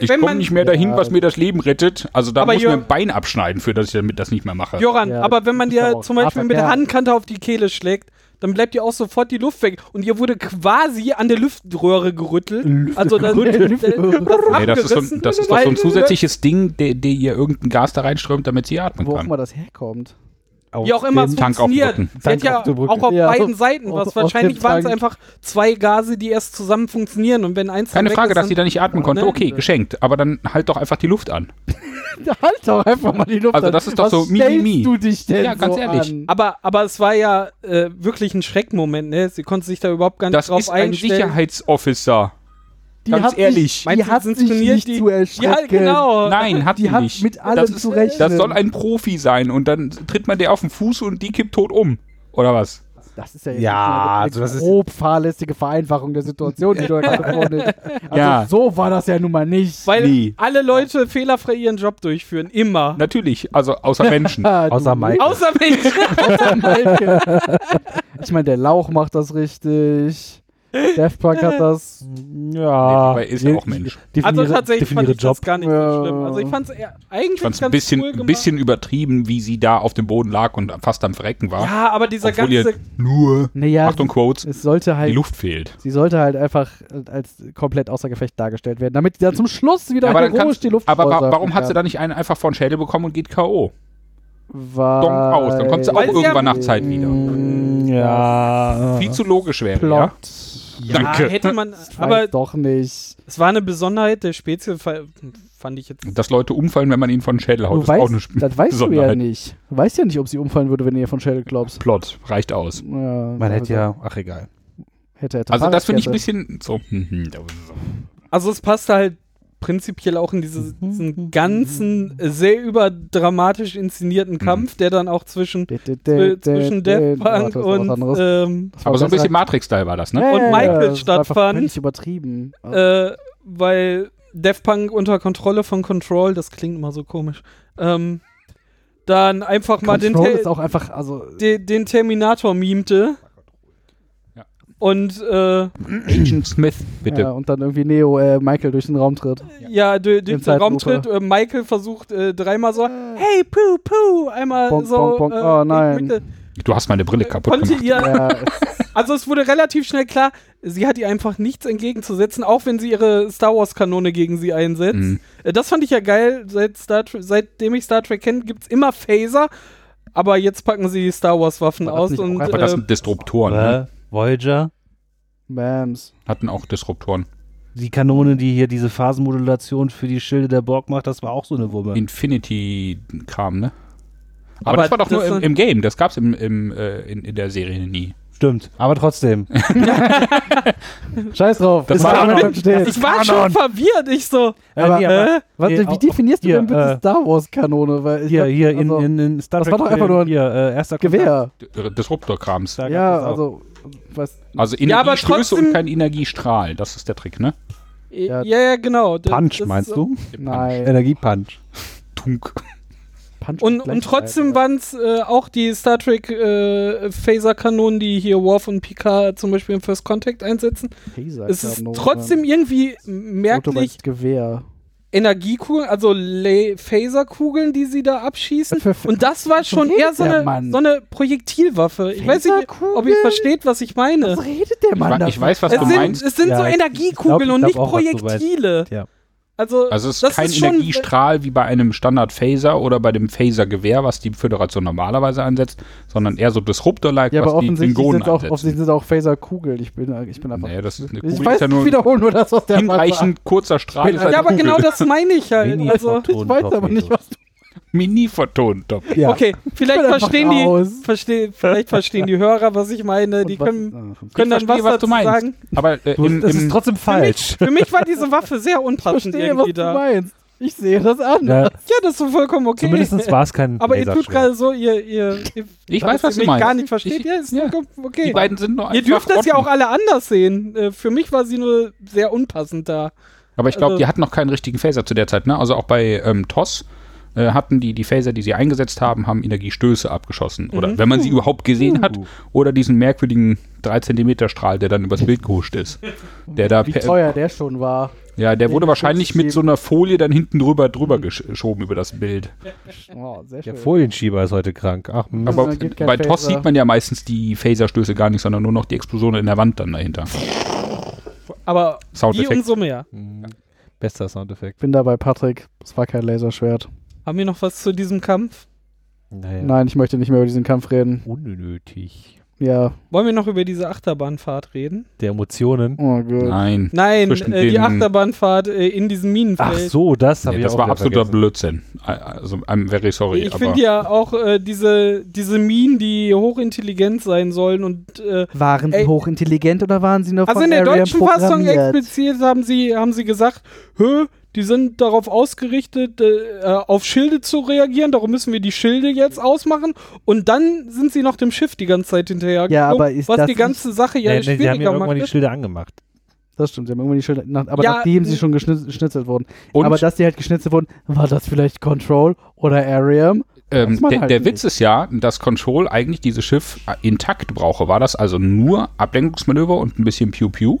S7: Ich
S6: wenn
S7: komme
S6: man,
S7: nicht mehr dahin, was mir das Leben rettet. Also da
S6: Aber
S7: muss ich mir
S6: Jörg-
S7: ein Bein abschneiden, für dass ich damit das nicht mehr mache.
S6: Joran,
S5: Ja,
S6: aber wenn man
S5: das ist
S6: dir
S5: aber auch
S6: zum
S5: ein
S6: Beispiel
S5: harter
S6: mit der
S5: Kerl.
S6: Handkante auf die Kehle schlägt, dann bleibt dir auch sofort die Luft weg. Und ihr wurde quasi an der Luftröhre gerüttelt. Also, das, das,
S7: Nee, das ist, so, ein- das ist doch
S6: ne?
S7: so ein zusätzliches Ding, der, der ihr irgendein Gas da reinströmt, damit sie atmen
S5: Wo auch
S7: kann.
S5: immer das herkommt.
S6: Wie auch immer es
S7: Tank
S6: funktioniert.
S7: aufdrücken.
S6: Sie hat
S4: Tank
S6: ja
S4: aufdrücken.
S6: auch auf
S5: Ja,
S6: beiden
S5: auf-
S6: Seiten was.
S5: auf- auf
S6: Wahrscheinlich
S5: dem
S6: waren es
S5: Tank.
S6: einfach zwei Gase, die erst zusammen funktionieren. Und wenn eins dann
S7: Keine
S6: weg
S7: Frage,
S6: ist,
S7: dass sie
S6: dann-
S7: da nicht atmen konnte.
S6: Ne?
S7: Okay, geschenkt. Aber dann halt doch einfach die Luft an.
S5: Halt doch einfach mal die Luft
S7: Also
S5: an.
S7: das ist doch
S5: Was
S7: so mi, mi,
S5: stellst
S7: mi.
S5: du dich denn
S7: Ja, ganz
S5: so
S7: ehrlich.
S5: An?
S6: Aber, aber es war ja äh, wirklich ein Schreckmoment. Ne? Sie konnte sich da überhaupt gar nicht
S7: Das
S6: drauf
S7: ist ein
S6: einstellen.
S7: Sicherheitsofficer.
S5: Die
S7: Ganz
S5: hat sich-
S7: ehrlich.
S5: die hat
S6: sind
S5: sich
S6: trainiert,
S5: nicht
S6: die-
S5: zu erschrecken.
S6: Ja, genau.
S7: Nein, hat
S5: Die
S7: die
S5: hat
S7: nicht.
S5: mit allem
S7: das, ist,
S5: zu rechnen.
S7: das soll ein Profi sein und dann tritt man dir auf den Fuß und die kippt tot um. Oder was?
S5: Das ist ja, jetzt
S4: Ja,
S5: eine,
S4: also das ist-
S5: grob fahrlässige Vereinfachung der Situation, die du da gerade vorne Also
S7: Ja.
S5: so war das ja nun mal nicht.
S6: Weil
S7: Nee.
S6: alle Leute fehlerfrei ihren Job durchführen. Immer.
S7: Natürlich, also außer Menschen.
S5: Ah, du-
S4: Außer Mike.
S6: Außer Menschen.
S5: Ich meine, der Lauch macht das richtig. Daft Punk hat das.
S4: Ja.
S7: Nee, dabei ist ja auch Mensch.
S6: Also tatsächlich fand
S4: definiere
S6: ich
S4: Job.
S6: das gar nicht so
S5: Ja.
S6: schlimm. Also ich fand es eigentlich
S7: Ich fand es ein
S6: ganz
S7: bisschen,
S6: cool
S7: ein
S6: gemacht.
S7: bisschen übertrieben, wie sie da auf dem Boden lag und fast am Verrecken war.
S6: Ja, aber dieser
S7: obwohl
S6: ganze...
S7: ihr nur,
S5: Naja,
S7: Achtung, Quotes,
S5: es sollte
S7: die
S5: halt.
S7: Luft fehlt.
S5: Sie sollte halt einfach als komplett außer Gefecht dargestellt werden, damit die dann zum Schluss wieder
S7: aber dann
S5: heroisch
S7: kannst,
S5: die Luft
S7: aber wa
S5: vorsaufen
S7: warum hat sie
S5: kann.
S7: da nicht einen einfach vor den Schädel bekommen und geht K.O.?
S5: Weil
S7: Donk aus, dann kommt sie auch
S6: Weil sie
S7: irgendwann
S6: ja-
S7: nach Zeit wieder.
S4: Mm, Ja.
S7: Viel zu logisch wäre, ja?
S5: Hm. Mm, Plot.
S6: Ja,
S7: Danke.
S6: hätte man...
S5: Aber
S6: Aber
S5: doch nicht.
S6: es war eine Besonderheit der Spezies, fa- fand ich jetzt...
S7: Dass Leute umfallen, wenn man ihnen von den Schädel haut,
S5: Du
S7: ist auch eine
S5: weißt,
S7: Sp-
S5: das weißt du ja
S7: Besonderheit.
S5: nicht. Du weißt ja nicht, ob sie umfallen würde, wenn du ihr von Schädel glaubst.
S7: Plot, reicht aus.
S5: Ja,
S4: Man hätte ja, ach egal.
S5: Hätte, hätte
S7: Also das finde ich ein
S5: Fahrradkette.
S7: bisschen so. hm, hm, da-
S6: Also es passte halt prinzipiell auch in diese, diesen ganzen äh, sehr überdramatisch inszenierten Kampf, der dann auch zwischen, zw- zwischen Death Punk
S5: Oh, das war was
S6: und,
S5: anderes.
S6: ähm,
S5: Das war
S7: Aber so ein
S5: besser.
S7: bisschen Matrix-Style war das, ne?
S6: und
S5: Ja, ja,
S6: Michael
S5: ja, das war einfach
S6: stattfand.
S5: völlig übertrieben.
S6: äh, weil Death Punk unter Kontrolle von Control, das klingt immer so komisch, ähm, dann einfach mal den,
S5: Control
S6: Ter-
S5: ist auch einfach, also
S6: den, den Terminator mimte.
S7: Ja.
S6: Und äh,
S7: Agent Smith, bitte.
S5: Ja, und dann irgendwie Neo äh, Michael durch den Raum tritt.
S6: ja, durch den
S5: Zeitlupe. Ah.
S6: Raumtritt, äh, Michael versucht äh, dreimal so, hey, puh, puh, einmal
S5: Bonk,
S6: so.
S5: bonk, bonk.
S6: äh,
S5: Oh, nein.
S6: ich möchte-
S7: Du hast meine Brille kaputt
S6: konnte
S7: gemacht.
S6: ihr,
S5: Ja, es-
S6: also es wurde relativ schnell klar, sie hat ihr einfach nichts entgegenzusetzen, auch wenn sie ihre Star Wars Kanone gegen sie einsetzt.
S7: Mhm.
S6: Äh, Das fand ich ja geil, seit Star Tre- seitdem ich Star Trek kenne, gibt es immer Phaser, aber jetzt packen sie die Star Wars Waffen
S5: War das
S6: aus
S5: nicht auch
S6: und
S5: einfach-
S7: Aber das
S6: äh,
S7: sind Disruptoren, ne?
S4: Voyager,
S5: Mams.
S7: Hatten auch Disruptoren.
S4: die Kanone, die hier diese Phasenmodulation für die Schilde der Borg macht, das war auch so eine Wumme.
S7: Infinity-Kram, ne? Aber,
S6: Aber
S7: das war doch
S6: das
S7: nur im,
S6: sind-
S7: im Game, das gab's im, im, äh, in, in der Serie nie.
S4: Stimmt, aber trotzdem. Scheiß drauf.
S7: Das
S4: ist
S7: war
S4: alles,
S7: doch-
S4: was steht.
S6: Ich war schon verwirrt, ich so.
S4: Äh,
S5: Aber,
S4: nee, aber-
S5: äh, warte,
S4: nee,
S5: wie
S4: auch-
S5: definierst du
S4: hier,
S5: denn bitte
S4: äh,
S5: Star Wars Kanone? Weil ich
S4: Hier,
S5: hab-
S4: hier, in,
S5: also,
S4: in, in Star
S5: das
S4: Trek.
S5: war doch einfach
S4: Film,
S5: nur ein
S4: hier, äh, erster Kontakt.
S5: Gewehr.
S7: Disruptor-Krams.
S4: Da
S5: Ja,
S4: gab's das auch.
S5: also, was,
S7: Also
S6: Ja, aber
S7: Energiestöße
S6: trotzdem-
S7: und kein Energiestrahl. Das ist der Trick, ne?
S5: Ja.
S6: Ja, ja, genau. Das-
S4: Punch,
S6: das-
S4: meinst du?
S7: Äh,
S5: nein.
S4: Energiepunch.
S7: Tunk.
S5: Punch
S6: Und,
S5: ist
S6: und
S5: gleich-
S6: trotzdem waren es äh, auch die Star Trek äh, Phaser-Kanonen, die hier Worf und Picard zum Beispiel im First Contact einsetzen.
S5: Taser,
S6: Es ist
S5: Kanone.
S6: trotzdem irgendwie
S5: Otto
S6: merklich
S5: meinst Gewehr.
S6: Energiekugeln, also Le- Phaserkugeln, die sie da abschießen.
S5: Für- für-
S6: Und das war schon
S5: redet
S6: eher so
S5: der
S6: eine,
S5: Mann?
S6: so eine Projektilwaffe. Ich weiß nicht, ob ihr
S5: Phaserkugeln?
S6: versteht, was ich meine.
S5: Was redet der
S7: Ich,
S5: Mann
S7: wa-
S5: da?
S7: ich weiß, was
S6: Es
S7: du
S6: sind,
S7: meinst.
S6: es sind
S4: Ja,
S6: so
S4: ich- ich glaub-
S6: Energiekugeln
S4: ich
S6: und
S4: glaub
S6: nicht
S4: auch, was du meinst.
S6: Projektile.
S4: Ja.
S6: Also,
S7: Also es ist
S6: das
S7: kein
S6: ist schon,
S7: Energiestrahl wie bei einem Standard-Phaser oder bei dem Phaser-Gewehr, was die Föderation normalerweise einsetzt, sondern eher so Disruptor-like,
S5: Ja, aber
S7: was die
S5: offensichtlich
S7: Klingonen
S5: sind, auch,
S7: einsetzen.
S5: offensichtlich sind auch Phaserkugeln. Ich bin, ich bin einfach.
S7: Nee, das ist eine
S5: ich
S7: Kugel,
S5: weiß,
S7: ist ja nur
S5: ich wiederhole nur das, was der Mann sagt.
S7: hinreichend kurzer Strahl. ist halt eine
S6: Ja, aber
S7: Kugel.
S6: genau das meine ich halt. Also,
S4: Mini-Photon-
S5: Ich weiß aber nicht, was du
S7: Mini-Photon-Top.
S4: Ja.
S6: okay, vielleicht
S5: bin einfach
S6: verstehen
S5: raus.
S6: die, versteh, vielleicht verstehen die Hörer, was ich meine. Die
S5: Und was
S6: können,
S5: ist- ah,
S6: können dann was, dazu sagen.
S7: Aber äh,
S4: Du,
S7: im,
S4: es ist
S7: im,
S4: trotzdem falsch.
S6: Für mich war diese Waffe sehr
S5: Ich
S6: unpassend
S5: verstehe, was
S6: irgendwie
S5: du
S6: da.
S5: meinst. Ich sehe das an.
S4: Ja,
S6: Ja, das ist so vollkommen okay.
S4: Zumindest war es kein
S6: Aber ihr tut
S4: Laserschwert.
S6: gerade so, ihr, ihr, ihr
S7: Ich weiß, was
S6: ihr
S7: du meinst.
S6: gar nicht versteht.
S7: Ich-
S6: ja, ist
S7: ja.
S6: vollkommen okay.
S7: die beiden sind nur
S6: Ihr dürft
S7: einfach
S6: das ja auch
S7: Rotten.
S6: alle anders sehen. Äh, Für mich war sie nur sehr unpassend da.
S7: Aber ich glaube,
S6: also-
S7: die hatten noch keinen richtigen Phaser zu der Zeit. Ne? Also auch bei ähm, TOS äh, hatten die die Phaser, die sie eingesetzt haben, haben Energiestöße abgeschossen.
S6: Mhm.
S7: Oder wenn man
S6: Uh.
S7: sie überhaupt gesehen hat. Oder diesen merkwürdigen 3 cm Strahl, der dann übers Bild gehuscht ist. Der da
S5: Wie
S7: per-
S5: teuer der schon war.
S7: Ja, der wurde
S5: den
S7: wahrscheinlich mit
S5: Schuss
S7: so einer Folie dann hinten drüber
S6: Mhm.
S7: drüber gesch- geschoben über das Bild.
S5: Oh, sehr schön.
S4: Der Folienschieber ist heute krank. Ach, hm.
S7: Aber
S5: geht kein
S7: bei TOS
S5: Phaser.
S7: sieht man ja meistens die Phaserstöße gar nicht, sondern nur noch die Explosionen in der Wand dann dahinter.
S6: Aber
S5: Oh,
S6: die
S7: Soundeffekt.
S6: umso mehr.
S4: bester Soundeffekt.
S5: ich bin da bei Patrick. Es war kein Laserschwert.
S6: Haben wir noch was zu diesem Kampf?
S4: Naja.
S5: Nein, ich möchte nicht mehr über diesen Kampf reden.
S4: Unnötig.
S5: Ja.
S6: Wollen wir noch über diese Achterbahnfahrt reden?
S4: Der Emotionen.
S5: Oh Gott.
S7: Nein.
S6: Nein,
S7: Zwischen
S6: äh, die
S7: den-
S6: Achterbahnfahrt äh, in diesem
S4: Ach
S6: Minenfeld.
S4: so, das habe
S7: Nee,
S4: ich
S7: das
S4: auch
S7: war
S4: wieder
S7: absoluter
S4: vergessen.
S7: Blödsinn. Also, I'm very sorry.
S6: ich
S7: aber
S6: finde ja auch äh, diese, diese Minen, die hochintelligent sein sollen und äh,
S5: Waren
S6: Ey.
S5: hochintelligent oder waren sie nur
S6: also in der deutschen Fassung explizit haben sie, haben sie gesagt, Hö, die sind darauf ausgerichtet, äh, äh, auf Schilde zu reagieren, darum müssen wir die Schilde jetzt ausmachen und dann sind sie noch dem Schiff die ganze Zeit hinterher.
S5: Ja,
S6: geflogen,
S5: aber ist
S6: was
S5: das
S6: die
S5: nicht-
S6: ganze Sache ja
S4: Äh, Nee, nee, die haben ja
S6: schwieriger
S4: irgendwann die
S6: macht.
S4: Schilder angemacht.
S5: Das stimmt, sie haben irgendwann die Schilder. Nach, aber
S6: Ja,
S5: nachdem sie
S6: n-
S5: schon geschnitz- geschnitzelt wurden.
S7: Und
S5: aber dass die halt geschnitzelt wurden, war das vielleicht Control oder Arium?
S7: ähm,
S5: man
S7: der,
S5: halt
S7: der
S5: nicht.
S7: Witz ist ja, dass Control eigentlich dieses Schiff äh, intakt brauche. War das also nur Ablenkungsmanöver und ein bisschen Pew-Pew?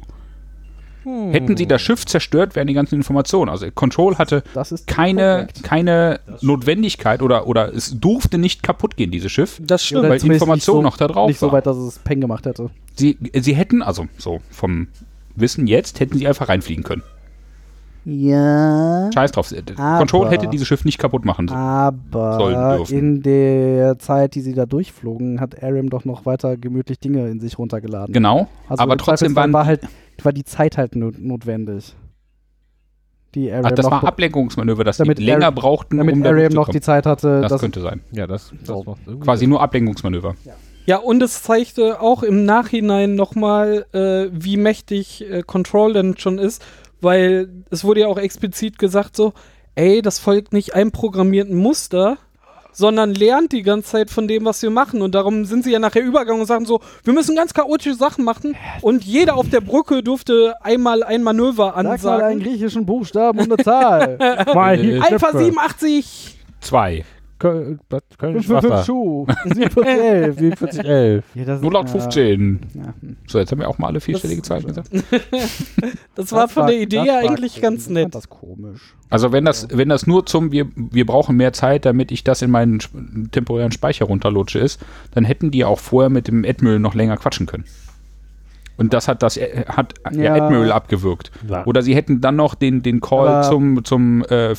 S7: Hätten sie das Schiff zerstört, wären die ganzen Informationen. Also Control hatte
S5: Das ist
S7: keine,
S5: korrekt.
S7: keine Notwendigkeit oder, oder es durfte nicht kaputt gehen, dieses Schiff.
S6: Das stimmt.
S7: Weil die
S5: zumindest
S7: Information
S5: nicht so,
S7: noch da drauf
S5: Nicht so
S7: war.
S5: weit, dass es Peng gemacht hätte.
S7: Sie, sie hätten, also so vom Wissen jetzt, hätten sie einfach reinfliegen können.
S5: Ja.
S7: Scheiß drauf.
S5: Aber-
S7: Control hätte dieses Schiff nicht kaputt machen Sollen
S5: Aber
S7: dürfen.
S5: in der Zeit, die sie da durchflogen, hat Arim doch noch weiter gemütlich Dinge in sich runtergeladen.
S7: Genau.
S5: Also
S7: aber
S5: im
S7: trotzdem
S5: Zweifelsfall
S7: waren.
S5: war halt war die Zeit halt not notwendig. Die Aram
S7: ach, das
S5: noch,
S7: war Ablenkungsmanöver, dass
S5: Damit
S7: die länger
S5: Ariam-
S7: brauchten,
S5: damit
S7: um da
S5: Aram noch die
S7: durchzukommen.
S5: Zeit hatte,
S7: Das
S5: dass
S7: könnte sein.
S4: Ja, das, das
S5: So.
S4: macht irgendwie
S7: Quasi nur Ablenkungsmanöver.
S6: Ja, und es zeigte auch im Nachhinein nochmal, äh, wie mächtig äh, Control denn schon ist, weil es wurde ja auch explizit gesagt so, ey, das folgt nicht einem programmierten Muster, sondern lernt die ganze Zeit von dem, was wir machen. Und darum sind sie ja nachher übergegangen und sagen so, wir müssen ganz chaotische Sachen machen und jeder auf der Brücke durfte einmal ein Manöver
S5: Sag mal einen
S6: ansagen.
S5: griechischen Buchstaben und eine Zahl.
S4: Mal
S7: hier,
S6: Alpha 87!
S7: Zwei.
S4: Köln, Bad Köln,
S5: 5 5 Schuh. 4711.
S4: 4711.
S5: Ja, das-
S7: 0815.
S5: Äh, Ja, ja.
S7: So, jetzt haben wir auch mal alle vierstellige
S5: Das-
S7: Zahlen gesagt.
S6: Das war von der Idee
S5: das
S6: her
S5: war
S6: eigentlich
S5: komisch.
S6: ganz
S5: Ich fand
S6: nett.
S5: Das komisch.
S7: Also wenn das, wenn das nur zum wir, wir brauchen mehr Zeit, damit ich das in meinen sp- temporären Speicher runterlutsche ist, dann hätten die auch vorher mit dem Admiral noch länger quatschen können. Und das hat das äh, hat ja.
S5: Ja.
S7: Admiral abgewirkt.
S4: Ja.
S7: Oder sie hätten dann noch den, den Call
S5: Aber-
S7: zum, zum äh,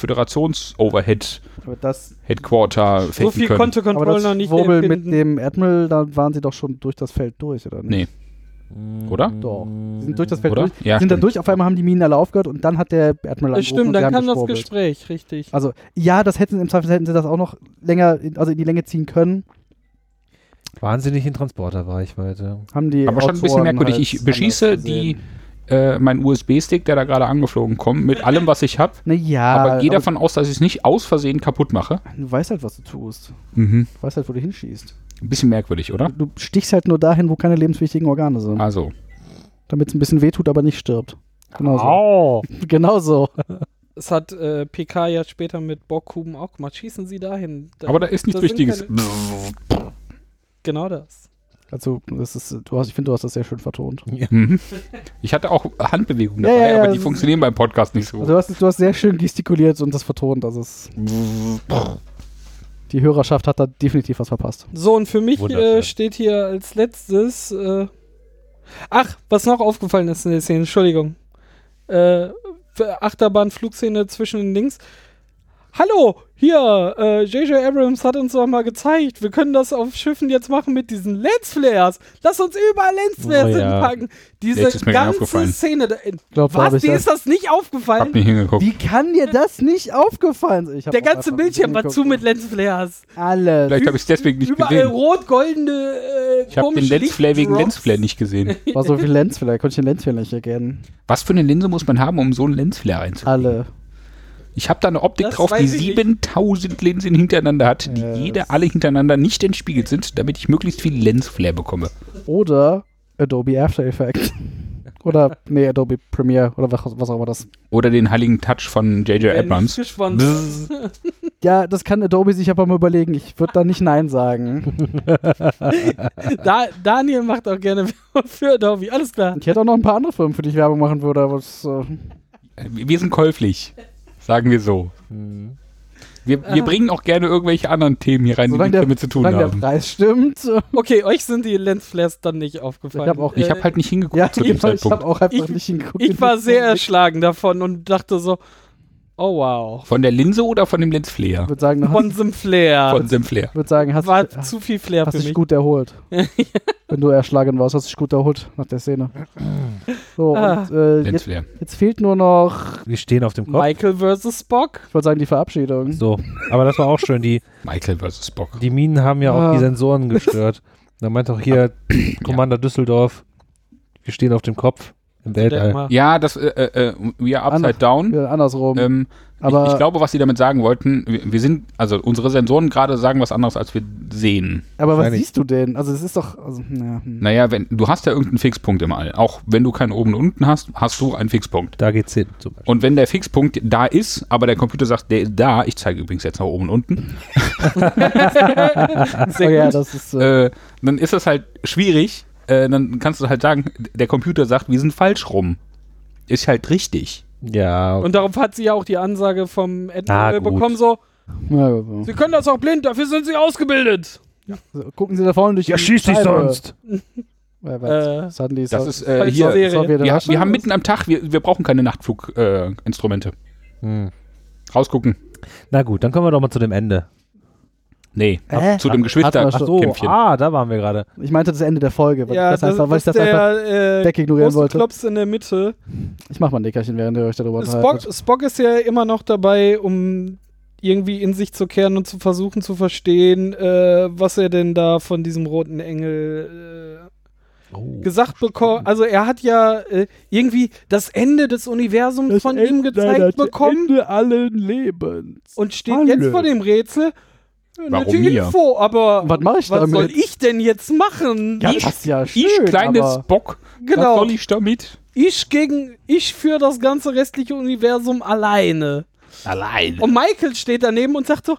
S7: Föderations-Overhead
S5: Aber das,
S7: Headquarter
S6: So
S7: faken
S6: viel
S7: können.
S6: konnte
S5: aber
S6: Control
S5: das
S6: noch nicht
S5: Schwurbel mit
S6: empfinden.
S5: dem Admiral, da waren sie doch schon durch das Feld durch, oder nicht?
S7: Nee.
S5: Mm,
S7: Oder?
S5: Doch. Sie sind durch das Feld
S7: Oder?
S5: durch.
S7: Ja,
S5: sind da
S7: stimmt.
S5: durch, auf einmal haben die Minen alle aufgehört und dann hat der Admiral
S6: Äh,
S5: angerufen
S6: Stimmt,
S5: und sie
S6: dann
S5: haben
S6: kam das
S5: geschwurbelt.
S6: Gespräch, richtig.
S5: Also, ja, das hätten im Zweifel hätten sie das auch noch länger, in, also in die Länge ziehen können.
S4: Wahnsinnig in Transporter war ich heute.
S5: Haben die
S7: Aber schon ein bisschen
S5: Autoren
S7: merkwürdig.
S5: halt
S7: Ich beschieße
S5: anders
S7: die,
S5: gesehen.
S7: äh, meinen USB-Stick, der da gerade angeflogen kommt, mit allem, was ich habe.
S5: Naja,
S7: aber gehe
S5: aber
S7: davon aus, dass ich es nicht aus Versehen kaputt mache.
S5: du weißt halt, was du tust.
S7: Mhm.
S5: Du weißt halt, wo du hinschießt.
S7: Ein bisschen merkwürdig, oder?
S5: Du stichst halt nur dahin, wo keine lebenswichtigen Organe sind.
S7: Also,
S5: Damit es ein bisschen wehtut, aber nicht stirbt.
S4: Also,
S5: Genau so.
S4: Au!
S5: Genau so.
S6: Das hat äh, PK ja später mit Bockhuben auch gemacht. Schießen Sie dahin. Da-
S7: aber da ist nichts
S6: sind
S7: Wichtiges.
S6: keine- Genau das.
S5: Also, das ist, du hast, ich finde, du hast das sehr schön vertont.
S7: Mhm. Ich hatte auch Handbewegungen
S5: Ja,
S7: dabei,
S5: ja, ja,
S7: aber
S5: das
S7: die
S5: ist-
S7: funktionieren beim Podcast nicht so
S5: Also,
S7: gut.
S5: du hast, du hast sehr schön gestikuliert und das vertont. Also, es, die Hörerschaft hat da definitiv was verpasst.
S6: So, und für mich äh,
S4: Wunderschön.
S6: steht hier als letztes. Äh, ach, was noch aufgefallen ist in der Szene, Entschuldigung. Äh, Achterbahn-Flugszene zwischen den Links. Hallo, hier, äh, J.J. Abrams hat uns doch mal gezeigt, wir können das auf Schiffen jetzt machen mit diesen Lensflares. Lass uns überall Lensflares
S4: Oh ja.
S6: hinpacken. Diese
S7: Jetzt ist mir gar nicht
S6: ganze
S7: aufgefallen.
S6: Szene. Da, äh,
S5: Glaub, da
S6: was,
S5: hab ich
S6: dir
S5: das-
S6: ist das nicht aufgefallen?
S7: Hab nicht hingeguckt.
S5: Wie kann dir das nicht aufgefallen sein? Ich hab
S6: Der
S7: Oh,
S5: auch
S6: ganze
S5: einfach
S6: Bildschirm war
S5: geguckt.
S6: zu mit Lensflares.
S5: Alles.
S7: Vielleicht habe ich es deswegen nicht
S6: Überall
S7: gesehen.
S6: rot-goldene, äh,
S7: Ich habe den
S6: komische
S7: Lensflare wegen
S6: Lichtdrops.
S7: Lensflare nicht gesehen.
S5: War so viel Lensflair. Konnte ich den Lensflair nicht erkennen.
S7: Was für eine Linse muss man haben, um so einen Lensflare einzubauen?
S5: Alle.
S7: Ich habe da eine Optik
S6: Das
S7: drauf, die
S6: weiß ich nicht.
S7: 7000 Linsen hintereinander hat, die
S5: Ja,
S7: jede alle hintereinander nicht entspiegelt sind, damit ich möglichst viel Lensflare bekomme.
S5: Oder Adobe After Effects. Oder, nee, Adobe Premiere oder was, was auch immer das.
S7: Oder den heiligen Touch von J.J.
S6: Wenn nicht
S7: Abrams.
S6: geschwommen ist.
S5: Ja, das kann Adobe sich aber mal überlegen. Ich würde da nicht Nein sagen.
S6: Da, Daniel macht auch gerne Werbung für Adobe. Alles klar.
S5: Ich hätte auch noch ein paar andere Filme, für die ich Werbung machen würde, aber es, äh,
S7: Wir sind käuflich, sagen wir so.
S5: Mhm.
S7: Wir,
S6: Ah.
S7: wir bringen auch gerne irgendwelche anderen Themen hier rein, die
S5: solange
S7: nichts
S5: der,
S7: damit zu tun
S5: solange der
S7: haben.
S5: Preis stimmt. äh,
S6: Okay, euch sind die Lensflares dann nicht aufgefallen.
S5: Ich hab auch-
S7: Ich habe halt nicht hingeguckt
S5: Ja,
S7: zu dem
S5: ich habe
S7: Zeitpunkt.
S5: auch einfach
S6: Ich-
S5: nicht hingeguckt.
S6: ich war sehr erschlagen davon und dachte so, oh wow.
S7: Von der Linse oder von dem Lensflare?
S5: Ich würde sagen, du
S6: Von
S5: hast,
S6: dem Flair.
S7: Von dem Flair.
S5: würd sagen, hast,
S6: War
S5: hast,
S6: zu viel Flair
S5: hast
S6: für
S5: dich
S6: mich.
S5: gut erholt. Wenn du erschlagen warst, hast du dich gut erholt nach der Szene. So,
S6: Ah.
S5: und äh, jetzt,
S7: Lensflare.
S5: jetzt fehlt nur noch,
S4: Wir stehen auf dem Kopf.
S6: Michael vs. Spock.
S5: ich würde sagen, die Verabschiedung.
S4: So, aber das war auch schön. Die,
S7: Michael vs. Spock.
S4: die Minen haben ja auch
S5: Ah.
S4: die Sensoren gestört. Da meint auch hier Commander Düsseldorf, wir stehen auf dem Kopf im
S6: Denk
S4: Weltall.
S6: mal.
S7: Ja, das, äh, äh, äh, we are upside
S5: Anders-
S7: down.
S5: Ja, andersrum.
S7: Ähm,
S5: aber
S7: ich, ich glaube, was sie damit sagen wollten, wir, wir sind, also unsere Sensoren gerade sagen was anderes, als wir sehen.
S5: Aber was
S4: Wahrscheinlich.
S5: siehst du denn? Also es ist doch. Also, naja, hm.
S7: Naja, wenn, du hast ja irgendeinen Fixpunkt im All. Auch wenn du keinen oben und unten hast, hast du einen Fixpunkt.
S4: Da geht's hin zum Beispiel.
S7: Und wenn der Fixpunkt da ist, aber der Computer sagt, der ist da, ich zeige übrigens jetzt nach oben und unten,
S5: oh, ja, das ist. Äh,
S7: äh, dann ist das halt schwierig. Äh, dann kannst du halt sagen, der Computer sagt, wir sind falsch rum. Ist halt richtig.
S4: Ja,
S6: Und darauf hat sie ja auch die Ansage vom
S7: Ah,
S6: Admiral
S4: Na, gut.
S6: bekommen, so,
S5: na, also.
S6: sie können das auch blind, dafür sind sie ausgebildet.
S5: So, Gucken Sie da vorne durch. Ja, schieß dich sonst. Wer weiß.
S6: Äh,
S5: Suddenly ist
S7: Das
S5: das-
S7: ist äh,
S6: Falsche
S7: hier.
S6: Serie.
S5: das war wieder
S7: Wir,
S5: was.
S7: wir haben mitten am Tag, wir, wir brauchen keine Nachtfluginstrumente. Äh, Instrumente.
S4: Hm.
S7: Rausgucken.
S4: Na gut, dann kommen wir doch mal zu dem Ende.
S7: Nee,
S5: Hä?
S7: zu dem
S5: Ach so,
S7: Geschwisterkämpfchen.
S4: ah, da waren wir gerade.
S5: Ich meinte das Ende der Folge, weil
S6: Ja,
S5: ich das, einfach, weil ich das einfach
S6: der, äh,
S5: wegignorieren
S6: große
S5: wollte.
S6: Klops in der Mitte.
S5: Ich mach mal ein Nickerchen, während ihr euch darüber
S6: Spock,
S5: unterhaltet.
S6: Spock ist ja immer noch dabei, um irgendwie in sich zu kehren und zu versuchen zu verstehen, äh, was er denn da von diesem roten Engel
S5: Oh,
S6: äh, gesagt bekommt. Also er hat ja äh, irgendwie das Ende des Universums von ihm gezeigt bekommen
S5: Ende allen Lebens.
S6: und steht
S5: Alle.
S6: jetzt vor dem Rätsel. Warum
S7: Warum mir?
S6: Info, aber
S5: Was mach ich
S6: was
S5: damit?
S6: soll ich denn jetzt machen?
S5: Ja,
S6: ich,
S5: das ist ja schön,
S7: ich, kleines
S5: aber
S7: Bock,
S6: Genau.
S7: was soll ich damit?
S6: ich gegen ich für das ganze restliche Universum alleine.
S7: Allein.
S6: Und Michael steht daneben und sagt so: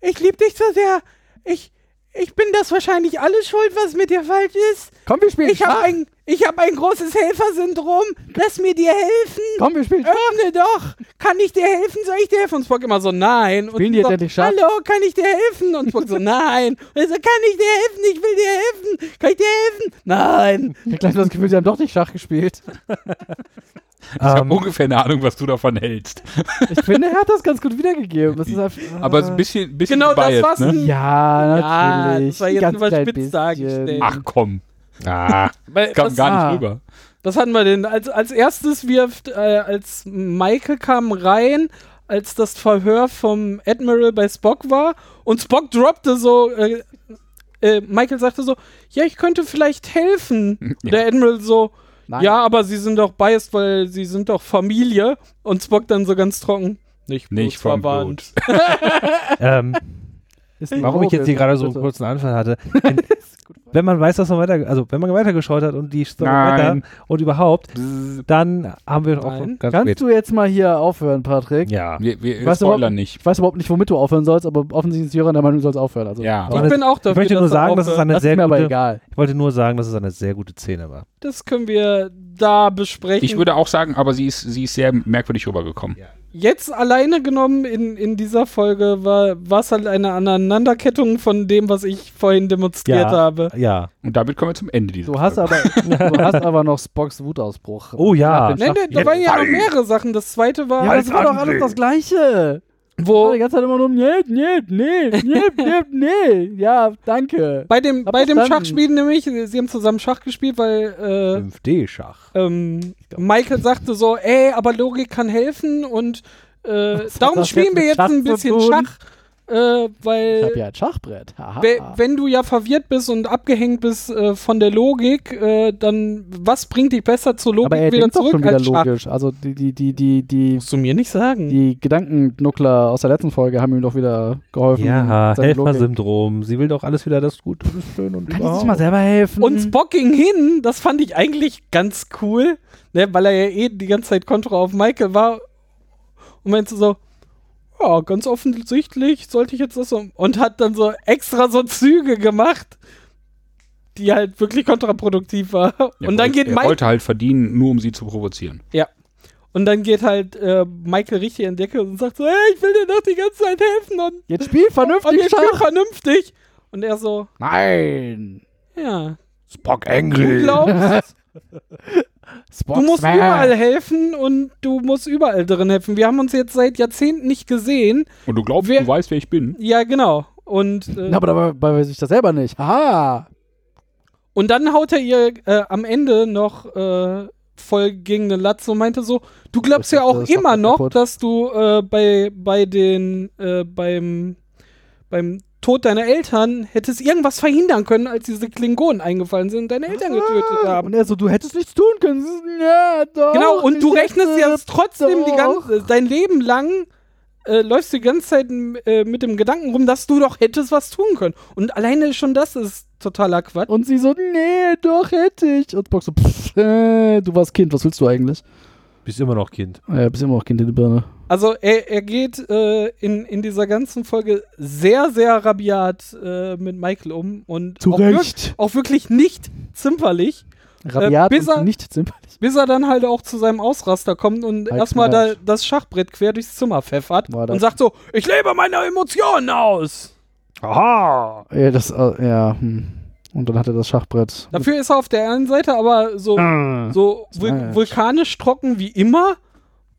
S6: Ich liebe dich so sehr. Ich, ich bin das wahrscheinlich alles schuld, was mit dir falsch ist.
S5: Komm, wir spielen
S6: Ich habe
S5: Schach.
S6: ein, ich hab ein großes Helfersyndrom. Lass mir dir helfen.
S5: Komm, wir spielen Schach.
S6: Öffne doch. Kann ich dir helfen? Soll ich dir helfen? Und Spock immer so: Nein. Und
S5: Spielen die
S6: sie so,
S5: jetzt endlich Schach?
S6: Hallo, kann ich dir helfen? Und Spock so: Nein. Und er so: Kann ich dir helfen? Ich will dir helfen. Kann ich dir helfen? Nein.
S5: Ich hab gleich das Gefühl, sie haben doch nicht Schach gespielt.
S7: Ich habe
S4: Ähm,
S7: ungefähr eine Ahnung, was du davon hältst.
S5: Ich finde, er hat das ganz gut wiedergegeben. Das ist einfach, äh,
S7: Aber es ist ein bisschen, bisschen
S6: Genau, das
S7: biased,
S6: war's.
S7: ne?
S6: ein-
S5: Ja,
S6: Ja,
S5: natürlich.
S6: das war jetzt
S5: Ganz klein
S6: überspitzt dargestellt.
S5: bisschen.
S7: Ach komm. Ah,
S6: Weil-
S7: kam
S6: was-
S7: gar
S5: ah.
S7: nicht rüber.
S6: Was hatten wir denn? Als, als erstes wirft, äh, als Michael kam rein, als das Verhör vom Admiral bei Spock war und Spock droppte so, äh, äh, Michael sagte so, ja, ich könnte vielleicht helfen. Der Admiral so,
S5: Nein.
S6: ja, aber sie sind doch biased, weil sie sind doch Familie. Und Spock dann so ganz trocken. Nicht,
S7: Nicht vom
S6: blutsverwandt."
S4: ähm,
S5: Ist ein
S4: warum ich jetzt
S5: Vogel,
S4: hier gerade so einen
S5: Oh, bitte.
S4: kurzen Anfall hatte. Wenn, wenn man weiß, dass man weiter, also wenn man weitergeschaut hat und die Story weiter
S7: Nein.
S4: und überhaupt, dann haben wir auch
S6: Nein.
S4: ganz
S5: Kannst
S4: spät.
S5: du jetzt mal hier aufhören, Patrick?
S4: Ja.
S7: Wir, wir
S5: Weißt du,
S7: spoilern nicht.
S5: Ich weiß überhaupt nicht, womit du aufhören sollst, aber offensichtlich ist Jöran der Meinung, du sollst aufhören. Also,
S7: Ja.
S4: Aber
S6: Ich bin auch dafür,
S4: Ich möchte nur
S6: dass er
S4: sagen, dass es
S6: aufhört.
S4: eine
S5: Das ist
S4: sehr
S5: äh, mir aber
S4: gute,
S5: egal.
S4: ich wollte nur sagen, dass es eine sehr gute Szene war.
S6: Das können wir da besprechen.
S7: Ich würde auch sagen, aber sie ist, sie ist sehr merkwürdig rübergekommen.
S6: Jetzt alleine genommen in, in dieser Folge war war es halt eine Aneinanderkettung von dem, was ich vorhin demonstriert habe.
S4: Ja.
S7: Und damit kommen wir zum Ende dieser
S5: Du hast
S7: Folge.
S5: aber, du hast aber noch Spocks Wutausbruch.
S4: Oh ja.
S6: Nein, nein, da waren ja noch mehrere Sachen. Das zweite war,
S5: Ja, aber das war doch alles das Gleiche. Ich war
S6: wo
S5: die ganze Zeit immer nur, nee, nee, nee, nee, nee, nee. Ja, danke.
S6: bei dem,
S5: Hab
S6: bei dem
S5: verstanden.
S6: Schachspiel nämlich, sie haben zusammen Schach gespielt, weil
S4: 5D-Schach.
S6: äh, ähm, Michael sagte so, ey, aber Logik kann helfen und äh,
S5: hat
S6: darum
S5: das
S6: spielen
S5: jetzt
S6: wir
S5: mit
S6: jetzt
S5: Schach
S6: ein
S5: zu
S6: bisschen
S5: tun?
S6: Schach, äh,
S5: Ich
S6: weil
S5: hab ja ein Schachbrett. Haha.
S6: We- Wenn du ja verwirrt bist und abgehängt bist äh, von der Logik, äh, dann was bringt dich besser zur Logik
S5: aber er
S6: wieder
S5: denkt doch
S6: zurück
S5: schon wieder
S6: als Schach?
S5: logisch. Also die, die, die, die, die,
S6: Musst du mir nicht sagen.
S5: die Gedankenknuckler aus der letzten Folge haben ihm doch wieder geholfen.
S4: Ja,
S5: seine Logik.
S4: Helfer-Syndrom. Sie will doch alles wieder das Gute und das Schöne und
S5: Kann ich
S4: überhaupt.
S5: nicht mal selber helfen?
S4: Mhm.
S6: und Spock ging hin, das fand ich eigentlich ganz cool, ne, weil er ja eh die ganze Zeit kontra auf Michael war und meinte so, ja, ganz offensichtlich sollte ich jetzt das so und hat dann so extra so Züge gemacht, die halt wirklich kontraproduktiv war.
S7: Er
S6: und dann
S7: wollte-
S6: geht
S7: er
S6: Michael
S7: wollte halt verdienen, nur um sie zu provozieren.
S6: Und dann geht halt äh, Michael richtig in die Decke und sagt so, hey, ich will dir doch die ganze Zeit helfen und,
S5: Jetzt spiel
S6: und
S5: vernünftig
S6: ich bin
S5: Schach.
S6: vernünftig. Und er so,
S5: Nein.
S6: ja,
S4: Spock
S6: du
S4: Engel.
S6: glaubst,
S5: Spock
S6: du musst
S5: Smash.
S6: überall helfen und du musst überall drin helfen. Wir haben uns jetzt seit Jahrzehnten nicht gesehen.
S7: Und du glaubst,
S6: Wer-
S7: du weißt, wer ich bin.
S6: Ja, genau. Und, äh,
S5: Na, aber dabei dabei weiß ich das selber nicht. Haha.
S6: und dann haut er ihr äh, am Ende noch äh, voll gegen eine Latze und meinte so, du glaubst ja auch
S5: Das ist doch
S6: immer noch,
S5: kaputt.
S6: dass du äh, bei, bei den, äh, beim, beim Tod deiner Eltern hättest irgendwas verhindern können, als diese Klingonen eingefallen sind und deine Eltern getötet haben.
S5: Ah, Und er so, du hättest nichts tun können. Ja, doch.
S6: Genau, und du
S5: ich
S6: rechnest
S5: hätte
S6: ja trotzdem die
S5: doch.
S6: ganze, dein Leben lang äh, läufst du die ganze Zeit äh, mit dem Gedanken rum, dass du doch hättest was tun können. Und alleine schon das ist totaler Quatsch.
S5: Und sie so, nee, doch hätte ich. Und Spock so, pff, äh, du warst Kind, was willst du eigentlich? Ah,
S4: Bist immer noch Kind.
S5: Ja, bist immer auch Kind in der Birne.
S6: Also er, er geht äh, in, in dieser ganzen Folge sehr, sehr rabiat äh, mit Michael um und
S5: Zu
S6: auch, wirk-
S5: Recht.
S6: auch wirklich nicht zimperlich,
S5: Rabiat
S6: Äh, bis er-
S5: und nicht zimperlich.
S6: bis er dann halt auch zu seinem Ausraster kommt und
S5: Halt
S6: erstmal
S5: klar.
S6: da, das Schachbrett quer durchs Zimmer pfeffert
S5: War das-
S6: und sagt so, ich lebe meine Emotionen aus.
S4: Aha.
S5: Ja, das, äh, ja, hm. Und dann hat er das Schachbrett.
S6: Dafür ist er auf der einen Seite aber so,
S5: Ah.
S6: so vul
S5: Smash.
S6: vulkanisch trocken wie immer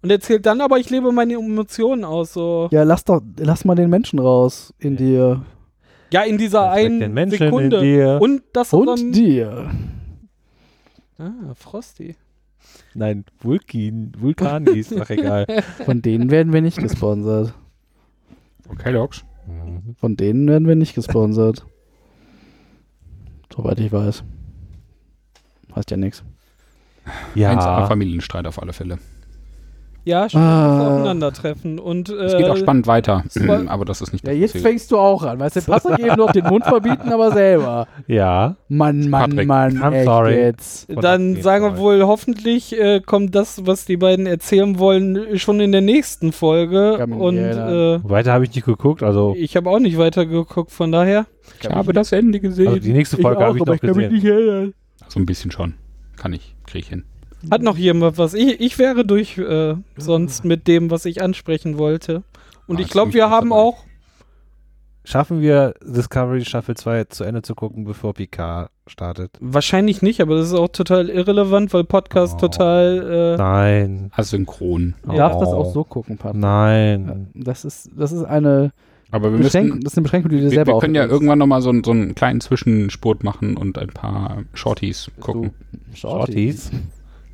S6: und erzählt dann aber, ich lebe meine Emotionen aus. So.
S5: Ja, lass doch, lass mal den Menschen raus in dir.
S6: Ja, in dieser
S4: Da steckt
S6: einen
S4: ein Mensch in
S6: Sekunde.
S4: dir.
S6: Und das dann-
S5: Und dir.
S6: Ah, Frosty.
S4: Nein, Vulkin. Vulkan hieß, ach egal.
S5: Von denen werden wir nicht gesponsert.
S7: Von Kellogg's.
S5: Von denen werden wir nicht gesponsert. Soweit ich weiß. Heißt ja nichts.
S4: Ja.
S7: 1A Familienstreit auf alle Fälle.
S6: Ja, stimmt,
S5: Ah.
S6: das Aufeinandertreffen. Und, äh,
S7: Es geht auch spannend weiter,
S6: war-
S7: aber das ist nicht
S5: Ja,
S7: das
S5: jetzt
S7: Ziel.
S5: fängst du auch an. Weißt du, Patrick eben noch den Mund verbieten, aber selber.
S4: ja.
S5: Mann, Mann,
S7: Patrick,
S5: Mann.
S4: I'm
S5: echt
S4: sorry.
S5: Jetzt.
S6: Dann sagen wir wohl, hoffentlich äh, kommt das, was die beiden erzählen wollen, schon in der nächsten Folge.
S5: Kann mich nicht
S6: Und äh,
S5: erinnern.
S4: Weiter habe ich nicht geguckt, also,
S6: ich habe auch nicht weitergeguckt, von daher.
S7: Ich habe das Ende
S4: also die
S7: gesehen.
S4: nächste Folge habe ich noch gesehen.
S5: nicht erinnern.
S7: So ein bisschen schon. Kann ich, kriege ich hin.
S6: Hat noch jemand was? Ich, ich wäre durch äh, sonst mit dem, was ich ansprechen wollte. Und
S7: Ah,
S6: ich
S7: ist
S6: glaube,
S7: ziemlich
S6: wir
S7: was
S6: haben
S7: dabei.
S6: auch.
S4: Schaffen wir Discovery Staffel 2 zu Ende zu gucken, bevor Picard startet?
S6: Wahrscheinlich nicht, aber das ist auch total irrelevant, weil Podcast
S4: Oh.
S6: total. Äh,
S4: Nein.
S7: Also Asynchron.
S5: Du darfst das auch so gucken, Patrick.
S4: Nein.
S5: Das ist, das ist eine
S7: Aber wir
S5: Beschränkung,
S7: müssen.
S5: das ist eine Beschränkung, die du dir
S7: Wir,
S5: selber
S7: wir können ja
S5: auferlegst.
S7: irgendwann nochmal so, einen- so einen kleinen Zwischenspurt machen und ein paar Shorties gucken.
S5: Äh, Du, Shorties.
S4: Shorties.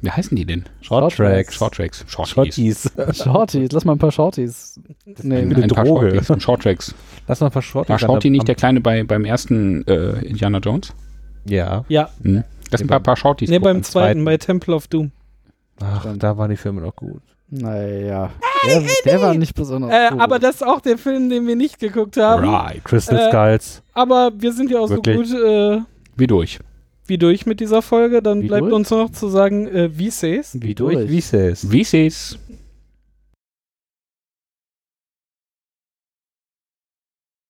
S7: Wie heißen die denn?
S5: Short Tracks.
S7: Short Tracks. Short
S4: Schottis.
S5: Shorties, lass mal ein paar Shorties.
S7: Ein,
S5: Nee,
S4: Eine
S7: ein paar
S4: Droge.
S7: Short Tracks. und Short Tracks.
S4: Lass mal verschworten.
S7: War Shorty nicht der Kleine bei, beim ersten äh, Indiana Jones?
S4: Ja.
S6: Ja,
S7: Hm? Das sind ein paar, paar Shorties.
S6: ne, beim
S7: gucken.
S6: zweiten, bei Temple of Doom.
S4: Ach, da waren die Filme noch gut.
S5: naja. Der, der war nicht besonders.
S6: Äh,
S5: gut.
S6: aber das ist auch der Film, den wir nicht geguckt haben.
S7: Right.
S4: Crystal
S6: Äh,
S4: Skulls.
S6: Aber wir sind ja auch
S4: Wirklich?
S6: so gut äh,
S7: Wie durch.
S6: wie durch mit dieser Folge. Dann
S5: Wie
S6: bleibt
S5: durch?
S6: uns noch zu sagen, äh, wie seh's?
S4: Wie durch, wie es ist.
S7: Wie seh's?